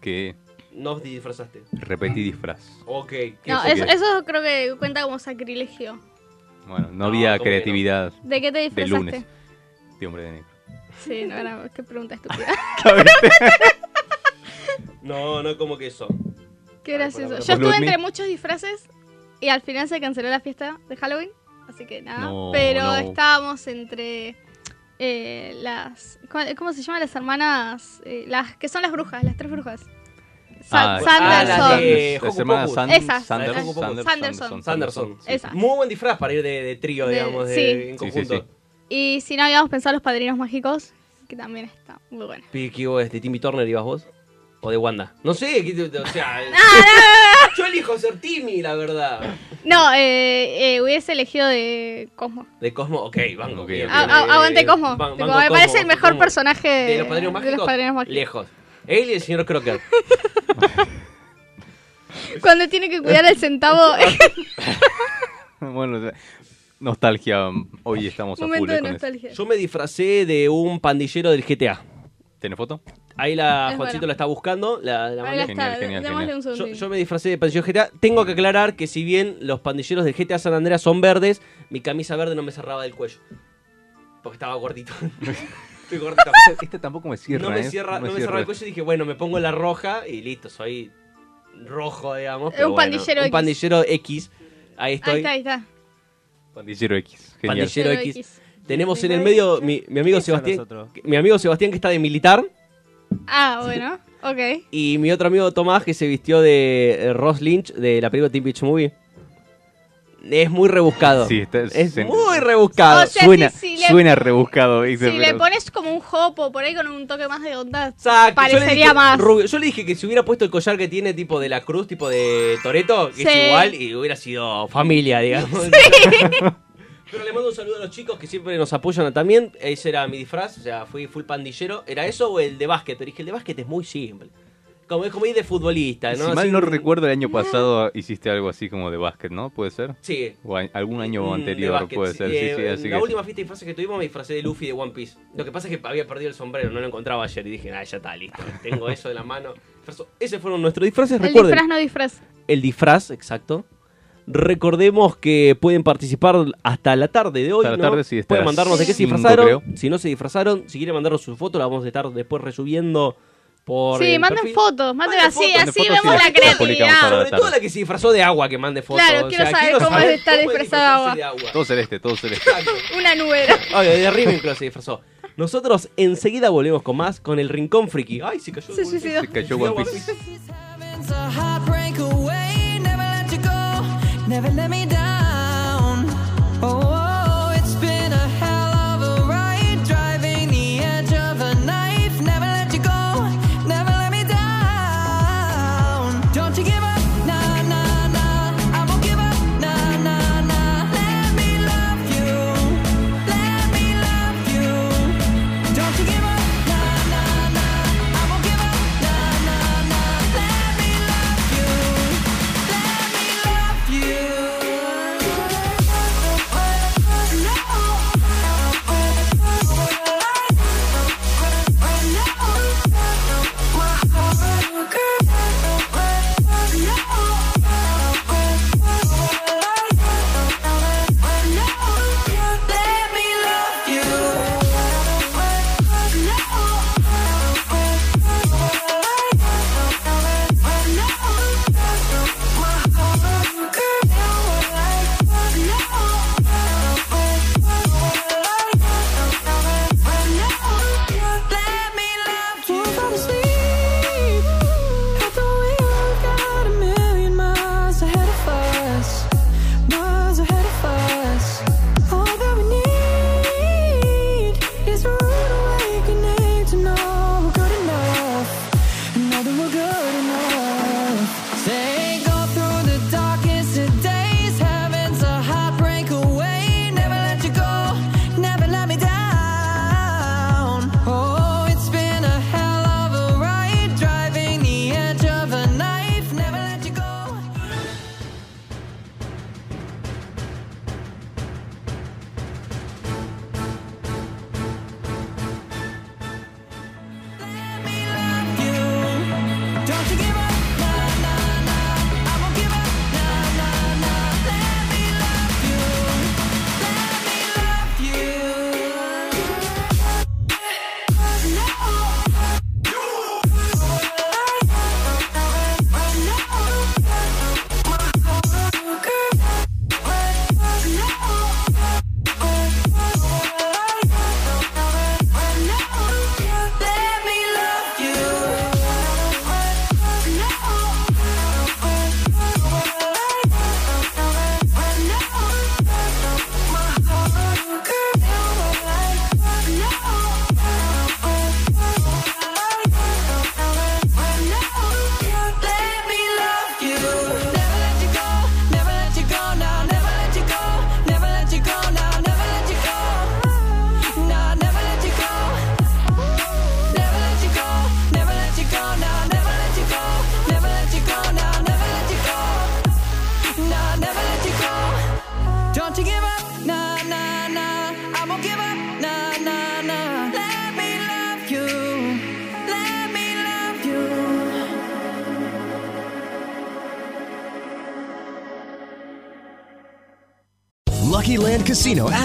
D: que
C: No te disfrazaste.
D: repetí disfraz.
C: Ok.
I: No,
D: Eso
I: eso,
D: que-
I: eso creo que cuenta como sacrilegio.
D: Bueno, no, había
C: ¿cómo que no?
D: creatividad.
I: ¿De qué te
D: De
I: disfrazaste?
D: lunes. De hombre de negro.
I: Sí, no, era, qué pregunta estúpida.
C: No, no como que eso.
I: Qué gracioso.
C: pará,
I: Yo
C: pará.
I: estuve
C: Ludmi.
I: entre muchos disfraces y al final se canceló la fiesta de Halloween, así que nada.
H: No,
I: Ah, Pero
H: no.
I: estábamos entre eh, las. ¿cuál- ¿Cómo se llaman las hermanas? Eh, las que son las brujas, las tres brujas. Sa-
D: Ah,
I: Sanderson.
D: ah, las de Hocus Pocus.
I: Esas.
D: Sanders-
I: Hocus Pocus.
D: Sanders-
I: Sanderson.
C: Sanderson.
I: Esa. [LAUGHS]
C: Muy buen disfraz para ir de, de trío,
I: De-
C: digamos, de,
I: sí.
C: en
D: Sí, sí,
C: conjunto.
I: Y si no habíamos pensado los padrinos mágicos, que también está muy bueno.
C: Piqui, vos, de Timmy Turner ibas vos? ¿O de Wanda? No sé, ¿qué te- o
I: [LAUGHS]
C: sea. [LAUGHS] Yo elijo ser Timmy, la verdad.
I: No, eh, eh, hubiese elegido de Cosmo.
C: De Cosmo, ok, banco. bien,
I: A-
C: bien,
I: a-
C: bien,
I: aguante
C: bien.
I: Cosmo.
C: Ban-
I: Tipo,
C: banco
I: me parece el
C: Cosmo,
I: mejor
C: Cosmo.
I: personaje
C: ¿De los padrinos mágicos?
I: de los padrinos mágicos.
C: Lejos. Él y el señor
I: [LAUGHS]
C: Crocker.
I: Cuando tiene que cuidar el centavo.
D: [LAUGHS] bueno, nostalgia. Hoy estamos a full
I: Momento de
D: con eso.
I: nostalgia.
C: Yo me disfracé de un pandillero del GTA.
D: ¿Tiene foto?
C: Ahí la
I: Es
C: Juancito
I: bueno.
C: la está buscando. La, la
I: Ahí
C: mandé.
I: está, Genial, genial, démosle genial. un
C: yo,
I: segundín.
C: yo me disfracé de pandillero GTA. Tengo que aclarar que si bien los pandilleros del GTA San Andreas son verdes, mi camisa verde no me cerraba del cuello. Porque estaba gordito. Estoy gordito.
D: Este tampoco me cierra.
C: no me,
D: ¿eh?
C: cierra, no me
D: cierra.
C: cerraba el cuello y dije, bueno, me pongo la roja y listo, soy rojo, digamos.
I: Es
C: pero
I: un
C: bueno,
I: pandillero
C: un
I: X.
C: pandillero X. Ahí
I: Ahí
C: estoy.
I: está, ahí está.
D: Pandillero X. Genial.
C: Pandillero
I: Pandillero
C: X.
I: X.
C: Tenemos en el medio mi, mi amigo Sebastián. que- Mi amigo Sebastián que está de militar.
I: Ah, bueno, ok.
C: Y mi otro amigo Tomás que se vistió de eh, Ross Lynch de la película Teen Beach Movie. Es muy rebuscado.
D: Sí, está-
C: es
D: se-
C: muy rebuscado.
I: O sea,
D: Suena,
I: si- si le-
D: suena rebuscado. dice,
I: Si le
D: pero-
I: pones como un hopo por ahí con un toque más de onda,
C: Exacto, yo le
I: parecería
C: dije,
I: más.
C: rubio. Yo le dije que si hubiera puesto el collar que tiene tipo de la cruz, tipo de Toreto, que
I: Sí.
C: es igual, y hubiera sido familia, digamos. [LAUGHS] Pero le mando un saludo a los chicos que siempre nos apoyan también. Ese era mi disfraz, o sea, fui full pandillero. ¿Era eso o el de básquet? Pero dije, el de básquet es muy simple. Como es como ir de futbolista,
D: Y
C: Ah, ¿no?
D: Si mal
C: Así-
D: no recuerdo, el año pasado hiciste algo así como de básquet, ¿no? ¿Puede ser?
C: Sí.
D: O a- algún
C: Mm,
D: año
C: de
D: anterior,
C: básquet,
D: puede
C: sí.
D: ser.
C: Eh,
D: Sí, sí, así
C: la
D: que-
C: última fiesta de disfraces que tuvimos me disfracé de Luffy de One Piece. Lo que pasa es que había perdido el sombrero, no lo encontraba ayer y dije, ah, ya está, listo. Tengo eso de la mano. Disfrazo- Ese fueron nuestros disfraces,
I: el
C: recuerden.
I: disfraz no disfraz.
C: el disfraz, exacto. Recordemos que pueden participar hasta la tarde de hoy.
D: Hasta la
C: ¿no?
D: tarde, sí, hasta
C: pueden
D: las
C: mandarnos de qué se
D: cinco,
C: disfrazaron.
D: creo.
C: Si no se disfrazaron, si quieren mandarnos su foto, la vamos a estar después resubiendo por
I: Sí,
C: el
I: manden
C: perfil.
I: fotos, manden
C: Manden
I: así,
C: fotos.
I: así vemos la creatividad.
C: Sobre todo la que se disfrazó de agua que mande fotos.
I: Claro,
C: o
I: quiero
C: sea,
I: saber cómo es estar
C: cómo
I: disfrazado
C: disfrazarse
I: de agua.
J: Todo celeste, todo celeste.
C: [LAUGHS]
I: Una nube. era.
C: Ay, de Ravenclaw se disfrazó. Nosotros enseguida volvemos con más con el Rincón Friki. Ay, se cayó.
I: Se suicidó.
C: Se
J: cayó
C: One
J: One Piece.
K: It's a heartbreak away. Never let you go. Never let me down. Oh, it's been a hell of a ride. Driving the edge of a knife. Never let you go. Never let me down. Don't you give up. Nah, nah, nah. I won't give up. Nah, nah, nah. Let me love you. Let me love you. Don't you give up. Nah, nah, nah. I won't give up. Nah, nah, nah. Let me love you. Let me love you. Let me love you Never let me down. Oh, it's been a hell of a ride, driving the edge of a knife. Never let you go. Don't you give up. Nah, nah, nah. I won't give up. Nah, nah, nah. Let me love you. Let me love you. Let me love you. Let me love you. Never let you go. Never let you go now. Never let you go. Never let you go now. Never let you go. Nah, never let you go. Never let you go. Never let you go now. Never let you go. Never let you go now. Never let you go. Nah, never let you go. Don't you give up. Nah, nah, nah. I won't give up. Nah, nah, nah. Let me love you. Let me love you.
L: Lucky Land Casino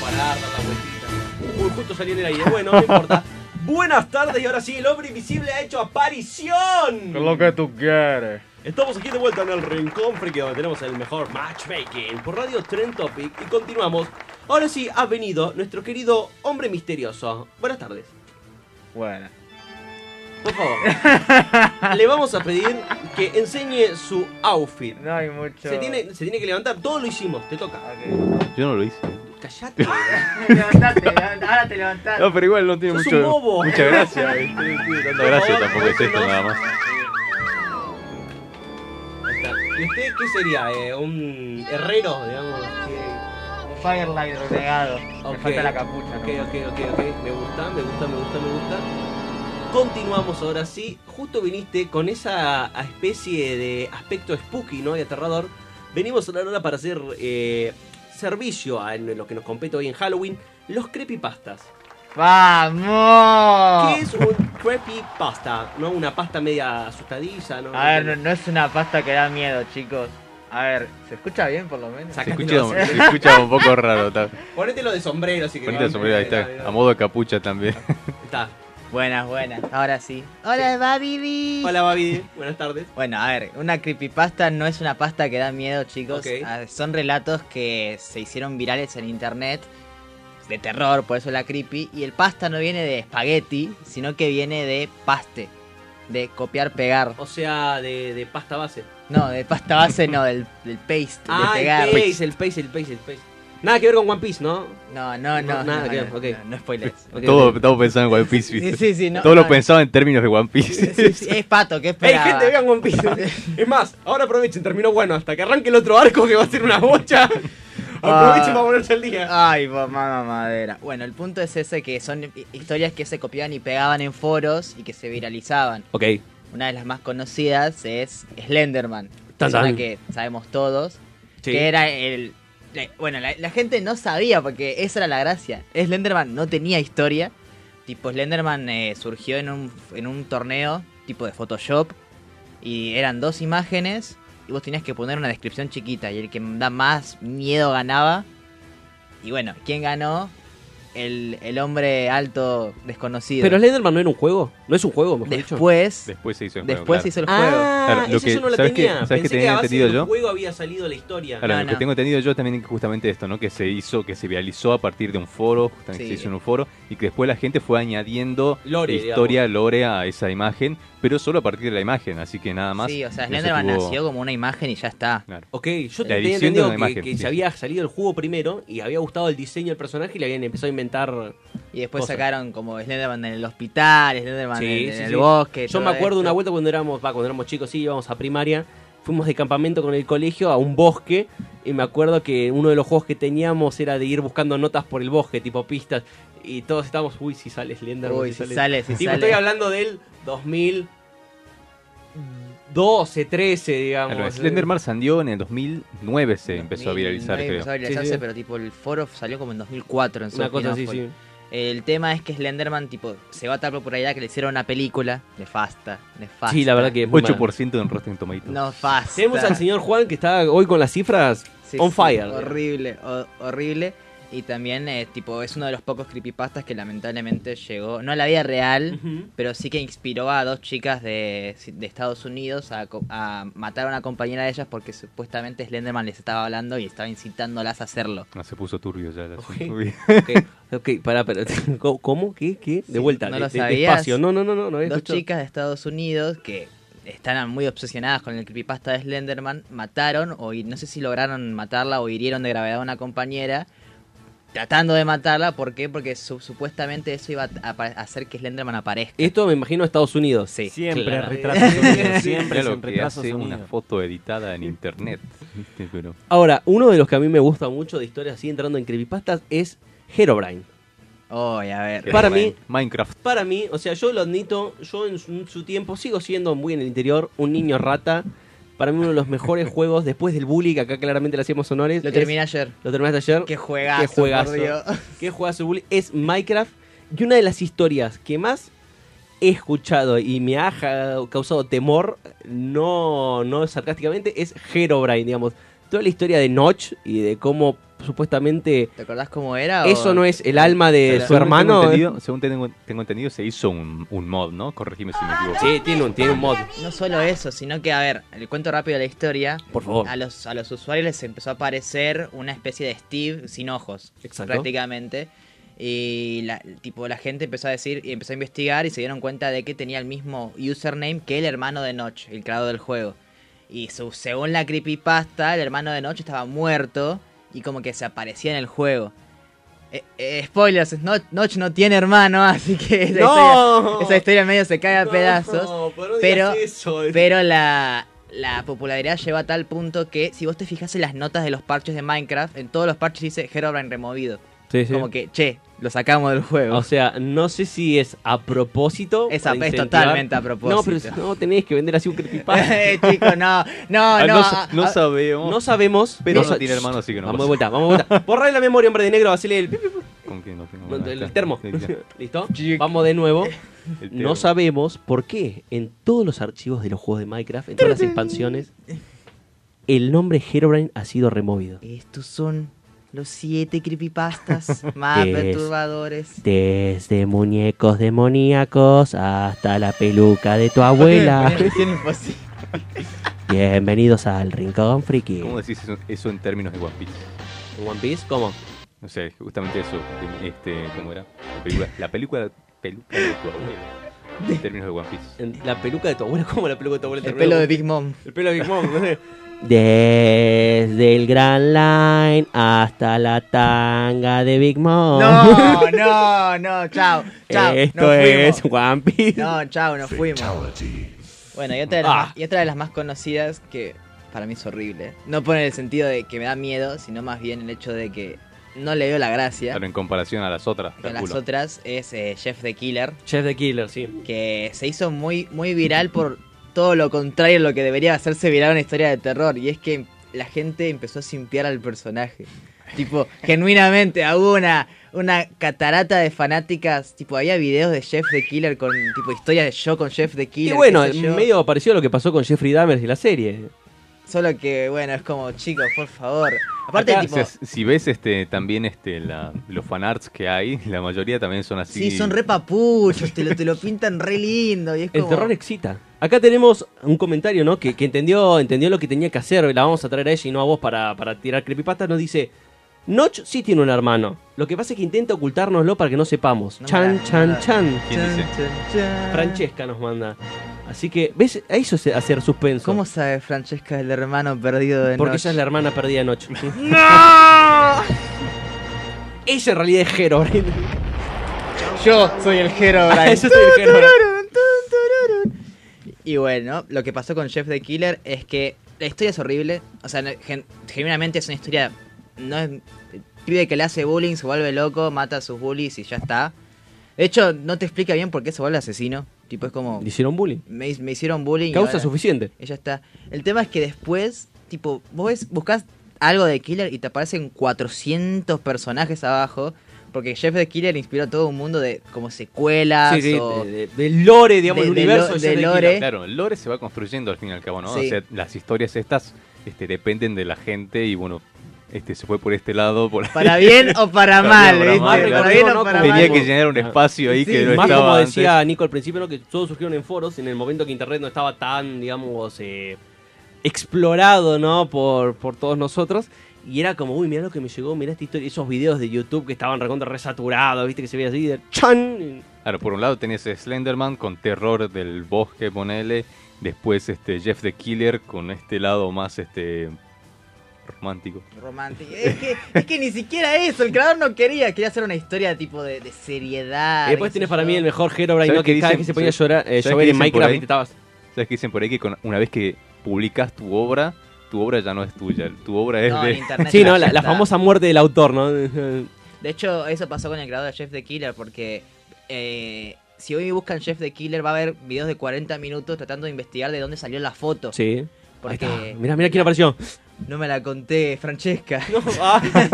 C: parar, dar la vueltita. Uy, justo salí en el aire. Bueno, no importa. Buenas tardes y ahora sí, el hombre invisible ha hecho aparición.
M: ¿Qué es lo que tú quieres?
C: Estamos aquí de vuelta en el Rincón Friki, donde tenemos el mejor matchmaking por Radio Trend Topic y continuamos. Ahora sí, ha venido nuestro querido hombre misterioso. Buenas tardes.
N: Bueno.
C: Por favor.
I: [LAUGHS]
C: Le vamos a pedir que enseñe su outfit.
N: No hay mucho.
C: Se tiene, se tiene que levantar, todo lo hicimos, te toca.
D: Yo no lo hice.
C: Callate. [LAUGHS]
N: levantate, levan- ahora te levantás.
D: No, pero igual no tiene
N: Sos
D: mucho. este,
N: un bobo.
D: Muchas gracias. ¿viste? No tiene tanta gracia tampoco es esto nada más.
C: ¿Y usted qué sería? eh, ¿Un herrero, digamos? Un
N: firelight renegado. Me falta la capucha,
C: Ok,
N: ¿no?
C: ok, ok, ok. Me gusta, me gusta, me gusta, me gusta. Continuamos ahora sí. Justo viniste con esa especie de aspecto spooky, ¿no? Y aterrador. Venimos a hablar ahora para hacer eh, servicio a lo que nos compete hoy en Halloween. Los creepypastas.
N: ¡Vamos!
C: ¿Qué es un creepypasta? ¿No? Una pasta media asustadiza, ¿no?
N: A ver, no, no es una pasta que da miedo, chicos. A ver, ¿se escucha bien por lo menos?
D: Se escucha, se escucha un poco raro. Está.
C: Ponételo de sombrero, así que.
D: Ponete el sombrero, ahí está. A modo de capucha también.
C: Está.
N: Buenas, buenas. Ahora sí.
O: Hola, Babibi.
C: Hola, Babi. Buenas tardes.
O: Bueno, a ver, una creepypasta no es una pasta que da miedo, chicos.
C: Ok.
O: Ah, Son relatos que se hicieron virales en internet de terror, por eso la creepy. Y el pasta no viene de espagueti, sino que viene de paste, de copiar, pegar.
C: O sea, de, de pasta base.
O: No, de pasta base no, del, del paste,
C: Ah,
O: de pegar.
C: el pace, el pace, el pace, el pace. Nada que ver con One Piece, ¿no?
O: No, no,
C: nada
O: no. no,
C: que
O: no,
C: ver, ok.
O: no, no
D: [LAUGHS]
O: spoilers.
D: Todo, todo pensado en One Piece.
O: Sí,
D: ¿viste?
O: sí, sí, no,
D: todo
O: no,
D: lo pensaba en términos de One Piece.
O: Sí, sí, es pato, que es
C: Ey, gente, vean One Piece.
O: [LAUGHS]
C: es más, ahora aprovechen, terminó bueno, hasta que arranque el otro arco que va a ser una bocha.
O: Ah.
C: Aprovechen para ponerse al día.
O: Ay, mamá madera. Bueno, el punto es ese que son hi- historias que se copiaban y pegaban en foros y que se viralizaban.
C: Ok.
O: Una de las más conocidas es Slenderman.
C: Tan,
O: persona
C: tan.
O: que sabemos todos.
C: Sí.
O: Que era el... la- Bueno, la, la gente no sabía porque esa era la gracia. Slenderman no tenía historia. Tipo, Slenderman eh, surgió en un, en un torneo
C: Eh,
O: tipo de Photoshop. Y eran dos imágenes y vos tenías que poner una descripción chiquita. Y el que da más miedo ganaba. Y bueno, ¿quién ganó? El, el hombre alto desconocido.
C: Pero Slenderman no era un juego, no es un juego, mejor
O: Después,
D: Después se hizo el
O: después
D: juego.
O: se hizo el
C: Ah,
O: juego.
D: Claro, lo
C: esa
D: que-
C: yo no la
D: ¿sabes qué-
C: tenía.
D: ¿sabes qué
C: Pensé
D: tenía
C: a base
D: entendido
C: del
D: yo?
C: juego había salido la historia.
D: Ahora, lo que tengo entendido yo también es justamente esto, ¿no? Que se hizo, que se viralizó a partir de un foro, justamente
C: Sí.
D: se hizo en un foro, y que después la gente fue añadiendo
C: Lore,
D: historia, lore a esa imagen, pero solo a partir de la imagen, así que nada más.
O: Sí, o sea,
D: no se
O: Slenderman
D: tuvo-
O: nació como una imagen y ya está.
C: Ok, yo
D: La
C: tenía
D: edición de
C: entendido que,
D: una imagen,
C: que
D: sí,
C: se
D: sí.
C: había salido el juego primero y había gustado el diseño del personaje y le habían empezado a inventar.
O: Y después
C: cosas.
O: sacaron como Slenderman en el hospital, Slenderman
C: Sí,
O: en,
C: sí,
O: en el
C: sí.
O: bosque.
C: Yo me
O: todo
C: acuerdo
O: esto.
C: una vuelta cuando éramos, va, cuando éramos chicos, sí, íbamos a primaria, fuimos de campamento con el colegio a un bosque y me acuerdo que uno de los juegos que teníamos era de ir buscando notas por el bosque, tipo pistas, y todos estábamos, uy, si sale Slenderman,
O: Uy, si sale, si
C: Tipo,
O: sale.
C: estoy hablando del 2012, 13, digamos.
D: Claro, Slenderman salió en el 2009, se empezó a viralizar,
O: Nadie
D: creo.
O: empezó a viralizarse, pero tipo el foro salió como en 2004. En
D: Una
O: Sofi,
D: cosa
O: ¿no?
D: así,
O: Fue-
D: sí.
O: El tema es que Slenderman tipo se va a tal popularidad que le hicieron una película nefasta, nefasta.
C: Sí, la verdad que es muy
D: 8% en Rotten Tomatoes.
O: No fasta.
C: Tenemos al señor Juan que está hoy con las cifras
O: Sí,
C: on
O: sí,
C: fire.
O: Horrible, ho- horrible. Y también, eh, tipo, es uno de los pocos creepypastas que lamentablemente llegó, no a la vida real, pero sí que inspiró a dos chicas de, de Estados Unidos a, co- a matar a una compañera de ellas porque supuestamente Slenderman les estaba hablando y estaba incitándolas a hacerlo.
D: No, se puso turbio ya. la-
C: Ok, pará, pará. [LAUGHS] ¿Cómo? ¿Qué? ¿Qué? De vuelta.
O: ¿No
C: de-
O: lo
C: de-
O: sabías?
C: despacio. No, no, no, no. no había
O: Dos
C: escuchado.
O: chicas de Estados Unidos que están muy obsesionadas con el creepypasta de Slenderman, mataron, o hi- no sé si lograron matarla o hirieron de gravedad a una compañera, tratando de matarla, ¿por qué? Porque su- supuestamente eso iba a apa- hacer que [LAUGHS] Slenderman aparezca.
C: Esto me imagino Estados Unidos. Sí.
O: Siempre
C: claro. [LAUGHS]
O: retrasos sonidos,
D: Mirá lo que
O: retrasos
D: hace una
O: sonidos.
D: foto editada en internet. ¿viste? Pero-
C: Ahora, uno de los que a mí me gusta mucho de historias así entrando en creepypastas es Herobrine.
O: Ay, a ver.
C: Para mí,
D: Minecraft.
C: Para mí, o sea, yo lo admito, yo en su, en su tiempo sigo siendo muy en el interior un niño rata. Para mí uno de los mejores juegos después del bully, que acá claramente le hacíamos honores.
O: Lo
C: es-
O: terminé ayer.
C: Lo terminaste ayer.
O: Qué juegazo,
C: Qué juegazo.
O: por Dios.
C: Qué juegazo bully. Es Minecraft. Y una de las historias que más he escuchado y me ha ja- causado temor, no, no sarcásticamente, es Herobrine, digamos. Toda la historia de Notch y de cómo supuestamente...
O: ¿Te acordás cómo era?
C: ¿Eso
O: o-
C: no es el alma de eh,
D: Según
C: su
D: tengo
C: hermano?
D: entendido- según tengo, tengo entendido, se hizo un, un mod, ¿no? Corregime si me equivoco.
C: Sí, tiene un, tiene un mod.
O: No solo eso, sino que, a ver, le cuento rápido la historia.
C: Por favor.
O: A los, a los usuarios les empezó a aparecer una especie de Steve sin ojos.
C: Exacto.
O: Prácticamente. Y la, tipo, la gente empezó a decir y empezó a investigar y se dieron cuenta de que tenía el mismo username que el hermano de Notch, el creador del juego. Y su- según la creepypasta, el hermano de Notch estaba muerto y como que se aparecía en el juego. Eh, eh, spoilers, No- Notch no tiene hermano, [LAUGHS] así que esa,
C: No.
O: historia, esa historia medio se cae a pedazos.
C: pero no
O: pero
C: digas eso.
O: pero ah, la, la popularidad lleva a tal punto que si vos te fijas en las notas de los parches de Minecraft, en todos los parches dice Herobrine removido.
C: Sí, sí.
O: Como que, che, lo sacamos del juego.
C: O sea, no sé si es a propósito.
O: Es
C: para
O: a- es
C: incentivar-
O: totalmente a propósito.
C: No, pero es- no tenés que vender así un creepypasta.
O: [LAUGHS] Eh, chico, no, no,
C: Ah,
O: no.
C: sa-
O: ah, ah,
D: sabemos.
C: No sabemos.
D: Pero-
C: No sa-
D: tiene hermano, así que no
C: Vamos
D: pasa.
C: de vuelta, vamos de
O: [LAUGHS]
C: vuelta. Borrale la memoria, hombre de negro, hacele el...
D: ¿Con quién no tengo?
C: No,
D: Bueno,
C: el
D: está.
C: termo.
D: Sí, ya.
C: [LAUGHS] ¿Listo? Vamos de
O: [LAUGHS]
C: nuevo.
D: termo.
C: No sabemos por qué en todos los archivos de los juegos de Minecraft, en todas las expansiones, el nombre Herobrine ha sido removido.
O: Estos son los siete creepypastas
C: [LAUGHS]
O: más
C: Es-
O: perturbadores.
C: Desde muñecos demoníacos hasta la peluca de tu abuela.
O: Misión imposible.
C: Bienvenidos al Rincón Friki.
D: ¿Cómo decís eso, eso en términos de One Piece?
C: ¿One Piece? ¿Cómo?
D: No sé, justamente eso. Este, ¿Cómo era? La película, la película,
O: [LAUGHS]
D: peluca de tu abuela. En términos de One Piece.
C: En La peluca de tu [LAUGHS] abuela, ¿cómo la peluca de tu abuela?
O: El
C: Terminó-
O: pelo de Big Mom.
C: El pelo de Big Mom.
E: [LAUGHS] Desde el Grand Line hasta la tanga de Big Mom.
O: No, no, no, chao, chao.
E: Esto
O: nos
E: es
O: fuimos.
E: One Piece.
O: No, chao, nos fuimos. Bueno, y otra, de las
E: Ah.
O: más, y otra de las más conocidas que para mí es horrible. No por el sentido de que me da miedo, sino más bien el hecho de que no le veo la gracia.
D: Pero en comparación a las otras,
O: Con las
D: calculo.
O: otras es eh, Jeff the Killer,
C: Chef de Killer, sí.
O: que se hizo muy, muy viral por todo lo contrario a lo que debería hacerse viral una historia de terror. Y es que la gente empezó a simpiar al personaje. Tipo, genuinamente, a una, una catarata de fanáticas. Tipo, había videos de Jeff the Killer con, tipo, historias de yo con Jeff the
C: Y
O: Killer.
C: bueno,
O: qué sé yo.
C: medio parecido a lo que pasó con Jeffrey Dahmer y la serie.
O: Solo que, bueno, es como, chicos, por favor. Aparte,
D: Acá,
O: tipo,
D: o sea, si ves este también este la, los fanarts que hay, la mayoría también son así.
O: sí, son re papuchos, te lo, te lo pintan re lindo. Y es
C: El
O: como...
C: terror excita. Acá tenemos un comentario, ¿no? Que, que entendió, entendió lo que tenía que hacer. La vamos a traer a ella y no a vos para, para tirar creepypasta. Nos dice: Notch sí tiene un hermano. Lo que pasa es que intenta ocultárnoslo para que no sepamos. chan, chan, chan.
O: Chan, chan, chan.
C: Francesca nos manda. Así que, ¿ves? A Eso es hacer suspenso.
O: ¿Cómo sabe eh, Francesca el hermano perdido de
C: Porque
O: Notch?
C: ella es la hermana perdida de
O: [LAUGHS]
C: Notch.
O: ¡No!
C: ella en realidad es Herobrine.
O: Yo soy el
C: [LAUGHS]
O: Herobrine.
C: Yo soy el Herobrine.
O: Y bueno, lo que pasó con Jeff the Killer es que la historia es horrible. O sea, no- gen- genuinamente es una historia. No es. el Pibe que le hace bullying, se vuelve loco, mata a sus bullies y ya está. De hecho, no te explica bien por qué se vuelve asesino. Tipo, es como.
C: Le hicieron bullying.
O: Me, hi- me hicieron bullying. y
C: Causa
O: ahora-
C: suficiente.
O: Y ya está. El tema es que después, tipo, vos ves- buscas algo de Killer y te aparecen 400 personajes abajo. Porque Jeff the Killer inspiró a todo un mundo de como secuelas
C: Sí, sí,
O: o...
C: de- de- del lore, digamos, el
O: de- de
C: universo
O: lo-
C: de Jeff
O: de
C: the
O: lore.
D: Claro, el lore se va construyendo al fin y al cabo, ¿no?
O: Sí.
D: O sea, las historias estas este, dependen de la gente y bueno, este se fue por este lado. Por
O: Para bien o
D: [LAUGHS]
O: para mal, ¿viste?
D: claro.
O: Para bien o para
D: Tenía
O: mal.
D: que llenar un espacio ahí
C: Sí,
D: que no
C: más
D: estaba
C: como
D: antes.
C: decía Nico al principio, ¿no? que todos surgieron en foros en el momento que internet no estaba tan, digamos, eh, explorado, ¿no? Por, por todos nosotros. Y era como, uy, mirá lo que me llegó, mirá esta historia. Esos videos de YouTube que estaban recontra resaturados, ¿viste? Que se veía así de ¡Chan!
D: Claro, por un lado tenés Slenderman con terror del bosque, ponele. Después este Jeff the Killer con este lado más este romántico.
O: Romántico. Es que, es que ni siquiera eso, el creador no quería, quería hacer una historia tipo de, de seriedad.
C: Y después
O: qué
C: tenés
O: sé
C: para
O: yo.
C: mí el mejor Herobrine,
D: ¿Sabes
C: ¿no?
D: qué
C: Que cada
D: dicen-
C: vez que se ponía a
D: sabes-
C: llorar, eh,
D: ¿sabes qué
C: llover en
D: dicen por
C: Minecraft,
D: ahí?
C: ¿viste? estabas...
D: ¿Sabes qué dicen por ahí? Que con- una vez que publicas tu obra, tu obra ya no es tuya. Tu obra es
O: No,
D: de.
O: en
D: [LAUGHS]
O: internet
C: Sí, ¿no?
O: ya
C: La, la
O: está.
C: famosa muerte del autor, ¿no?
O: De hecho, eso pasó con el creador de Jeff the Killer, porque eh, si hoy buscan Jeff the Killer va a haber videos de 40 minutos tratando de investigar de dónde salió la foto.
C: Sí.
O: Porque-
C: Ahí está. Mirá, mirá quién apareció.
O: No me la conté,
C: [LAUGHS]
O: Francesca. [LAUGHS]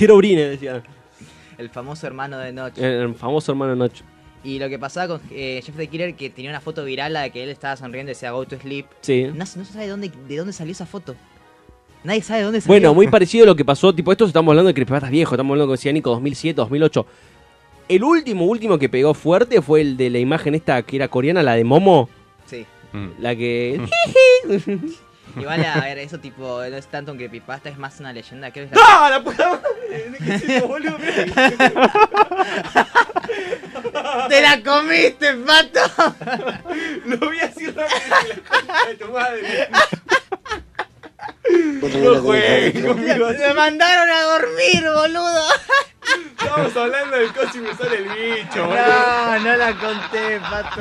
C: Herobrine, decía.
O: el famoso hermano de Notch.
C: El, el famoso hermano Noche.
O: Y lo que pasaba con eh, Jeff the Killer, que tenía una foto viral, la de que él estaba sonriendo y decía Go to Sleep.
C: Sí.
O: No, no se sabe dónde, de dónde salió esa foto. Nadie sabe dónde salió.
C: Bueno, muy parecido a lo que pasó, tipo, esto estamos hablando de creepypastas viejo, estamos hablando con Cianico 2007, 2008. El último, último que pegó fuerte fue el de la imagen esta que era coreana, la de Momo,
O: Sí.
C: la que... [LAUGHS]
O: Igual, a ver, eso tipo, no es tanto un creepypasta, es más una leyenda. que es
H: ¡Ah, la puta madre! ¿Qué es eso, boludo?
O: ¡Te la comiste, pato!
H: Lo voy a decir rápido que la concha de tu madre.
O: No jueguen conmigo. Me mandaron a dormir, boludo.
H: Estamos hablando del coche y me sale el bicho, boludo.
O: [LAUGHS] No, no la conté, pato.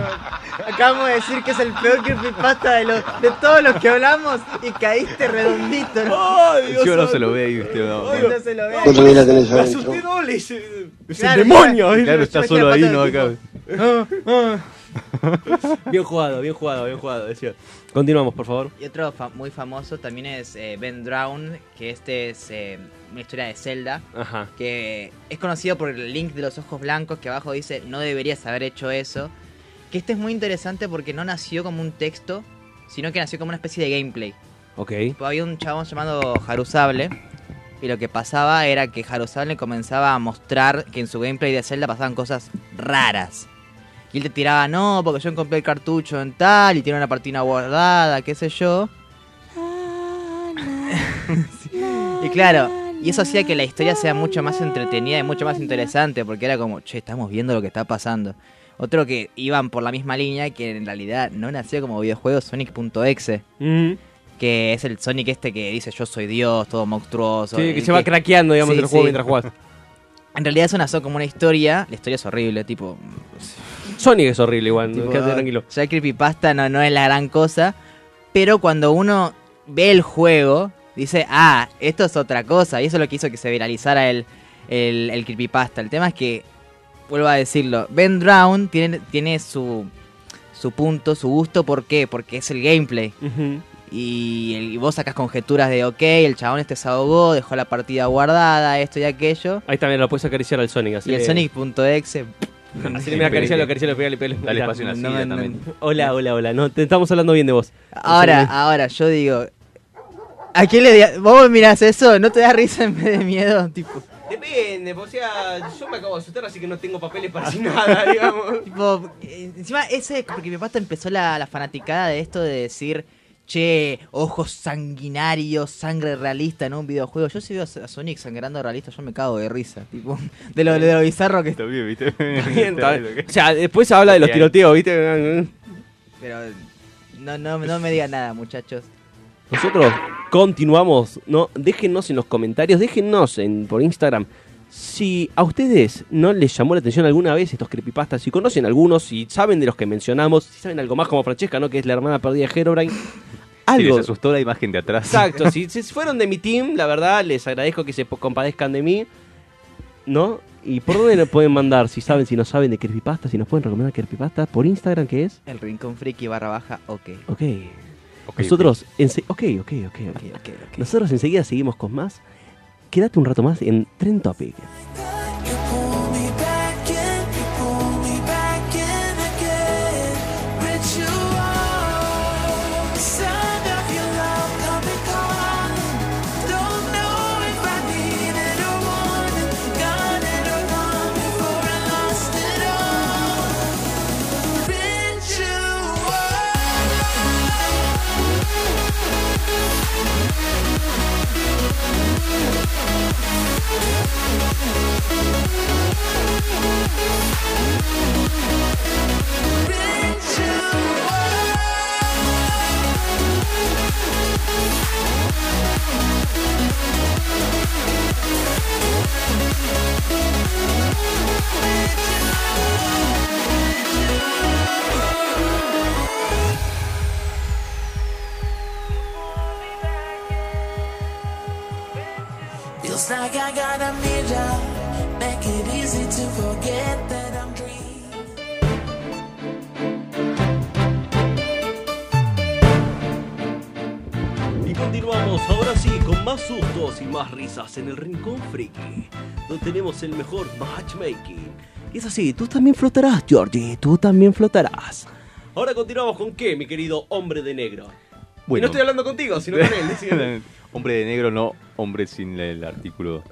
O: Acabamos de decir que es el peor creepypasta de, los, de todos los que hablamos y caíste redondito. ¿no?
D: Yo no se lo ve ahí, usted no.
O: Ay, no se lo ve.
D: Cuando viene la tenés
H: Me
D: adentro.
H: asusté doble. Es
C: eh,
H: el
O: Claro,
H: demonio.
D: claro,
H: ¿eh?
D: está solo ahí, no acá.
C: Ah, [LAUGHS] bien jugado, bien jugado, bien jugado, decía. Continuamos, por favor.
O: Y otro fa- muy famoso también es eh, Ben Drown, que este es eh, una historia de Zelda,
C: Ajá.
O: que es conocido por el link de los ojos blancos, que abajo dice, no deberías haber hecho eso. Que este es muy interesante porque no nació como un texto, sino que nació como una especie de gameplay.
C: Ok.
O: Tipo, Pues Había un chabón llamado Harusable, y lo que pasaba era que Harusable comenzaba a mostrar que en su gameplay de Zelda pasaban cosas raras. Y él te tiraba, no, porque yo encontré el cartucho en tal, y tiene una partida guardada, qué sé yo. [LAUGHS] Y claro, y eso hacía que la historia sea mucho más entretenida y mucho más interesante, porque era como, che, estamos viendo lo que está pasando. Otro que iban por la misma línea, que en realidad no nació como videojuego, Sonic.exe. Que es el Sonic este que dice yo soy Dios, todo monstruoso.
C: Sí, que
O: el
C: se va craqueando, digamos, el juego mientras jugás.
O: En realidad eso nació como una historia. La historia es horrible, tipo.
C: Sonic es horrible igual,
O: [LAUGHS] Tipo,
C: quédate
O: ah,
C: tranquilo.
O: Ya el creepypasta no, no es la gran cosa. Pero cuando uno ve el juego, dice, ah, esto es otra cosa. Y eso es lo que hizo que se viralizara el, el, el creepypasta. El tema es que, vuelvo a decirlo, Ben Drown tiene,
C: [LAUGHS]
O: tiene su, su punto, su gusto. ¿Por qué? Porque es el gameplay. Y, el- y vos sacas conjeturas de, ok, el chabón este se ahogó, dejó la partida guardada, esto y aquello.
C: Ahí también lo puedes acariciar al Sonic. Así
O: Y el
C: le- [LAUGHS]
O: Sonic.exe.
C: Así le acaricialo, acaricialo, pegale, pegale.
O: Dale
C: Hola.
O: espacio en la
C: No,
O: silla
C: no,
O: también.
C: no. Hola, hola, hola. No, te estamos hablando bien de vos.
O: Ahora, ah, ahora, yo digo. ¿A quién le di- ¿Vos mirás eso? ¿No te da risa en vez de miedo? [LAUGHS] Tipo,
C: Depende, o sea, yo me acabo de asustar, así que no tengo papeles para [LAUGHS] hacer
O: nada, digamos. tipo, eh, encima, ese es porque mi papá empezó la, la fanaticada de esto de decir, che, ojos sanguinarios, sangre realista en un videojuego. Yo si veo a Sonic sangrando realista, yo me cago de risa. Tipo, [LAUGHS] de lo, de lo bizarro que [LAUGHS] está.
D: bien, ¿viste?
C: Bien, está bien. O sea, después se habla de los tiroteos, ¿viste?
O: Pero no, no, no me digan nada, muchachos.
C: Nosotros continuamos, ¿no? Déjennos en los comentarios, déjennos en, por Instagram. Si a ustedes no les llamó la atención alguna vez estos creepypastas, si conocen algunos, si saben de los que mencionamos, si saben algo más como Francesca, ¿no? Que es la hermana perdida de Herobrine.
D: Si les
C: Algo.
D: asustó la imagen de atrás.
C: Exacto, si, si fueron de mi team, la verdad, les agradezco que se po- compadezcan de mí, ¿no? ¿Y por dónde nos pueden mandar? Si saben, si no saben de creepypastas, si nos pueden recomendar creepypastas, por Instagram, que es?
O: El rincón friki barra baja, ok.
C: Ok. Nosotros, ense- ok, ok, ok, ok. Nosotros enseguida seguimos con más. Quédate un rato más en Trend Topic.
H: Feels like I got amnesia. Make it easy to forget that I'm dreaming.
C: Y continuamos ahora sí con más sustos y más risas en el Rincón Friki, donde tenemos el mejor matchmaking. Y es así, tú también flotarás, Georgie, tú también flotarás. Ahora continuamos con qué, mi querido hombre de negro. Y
D: Bueno. [LAUGHS]
C: no estoy hablando contigo, sino con él. decime.
D: Hombre de negro, no hombre sin el artículo.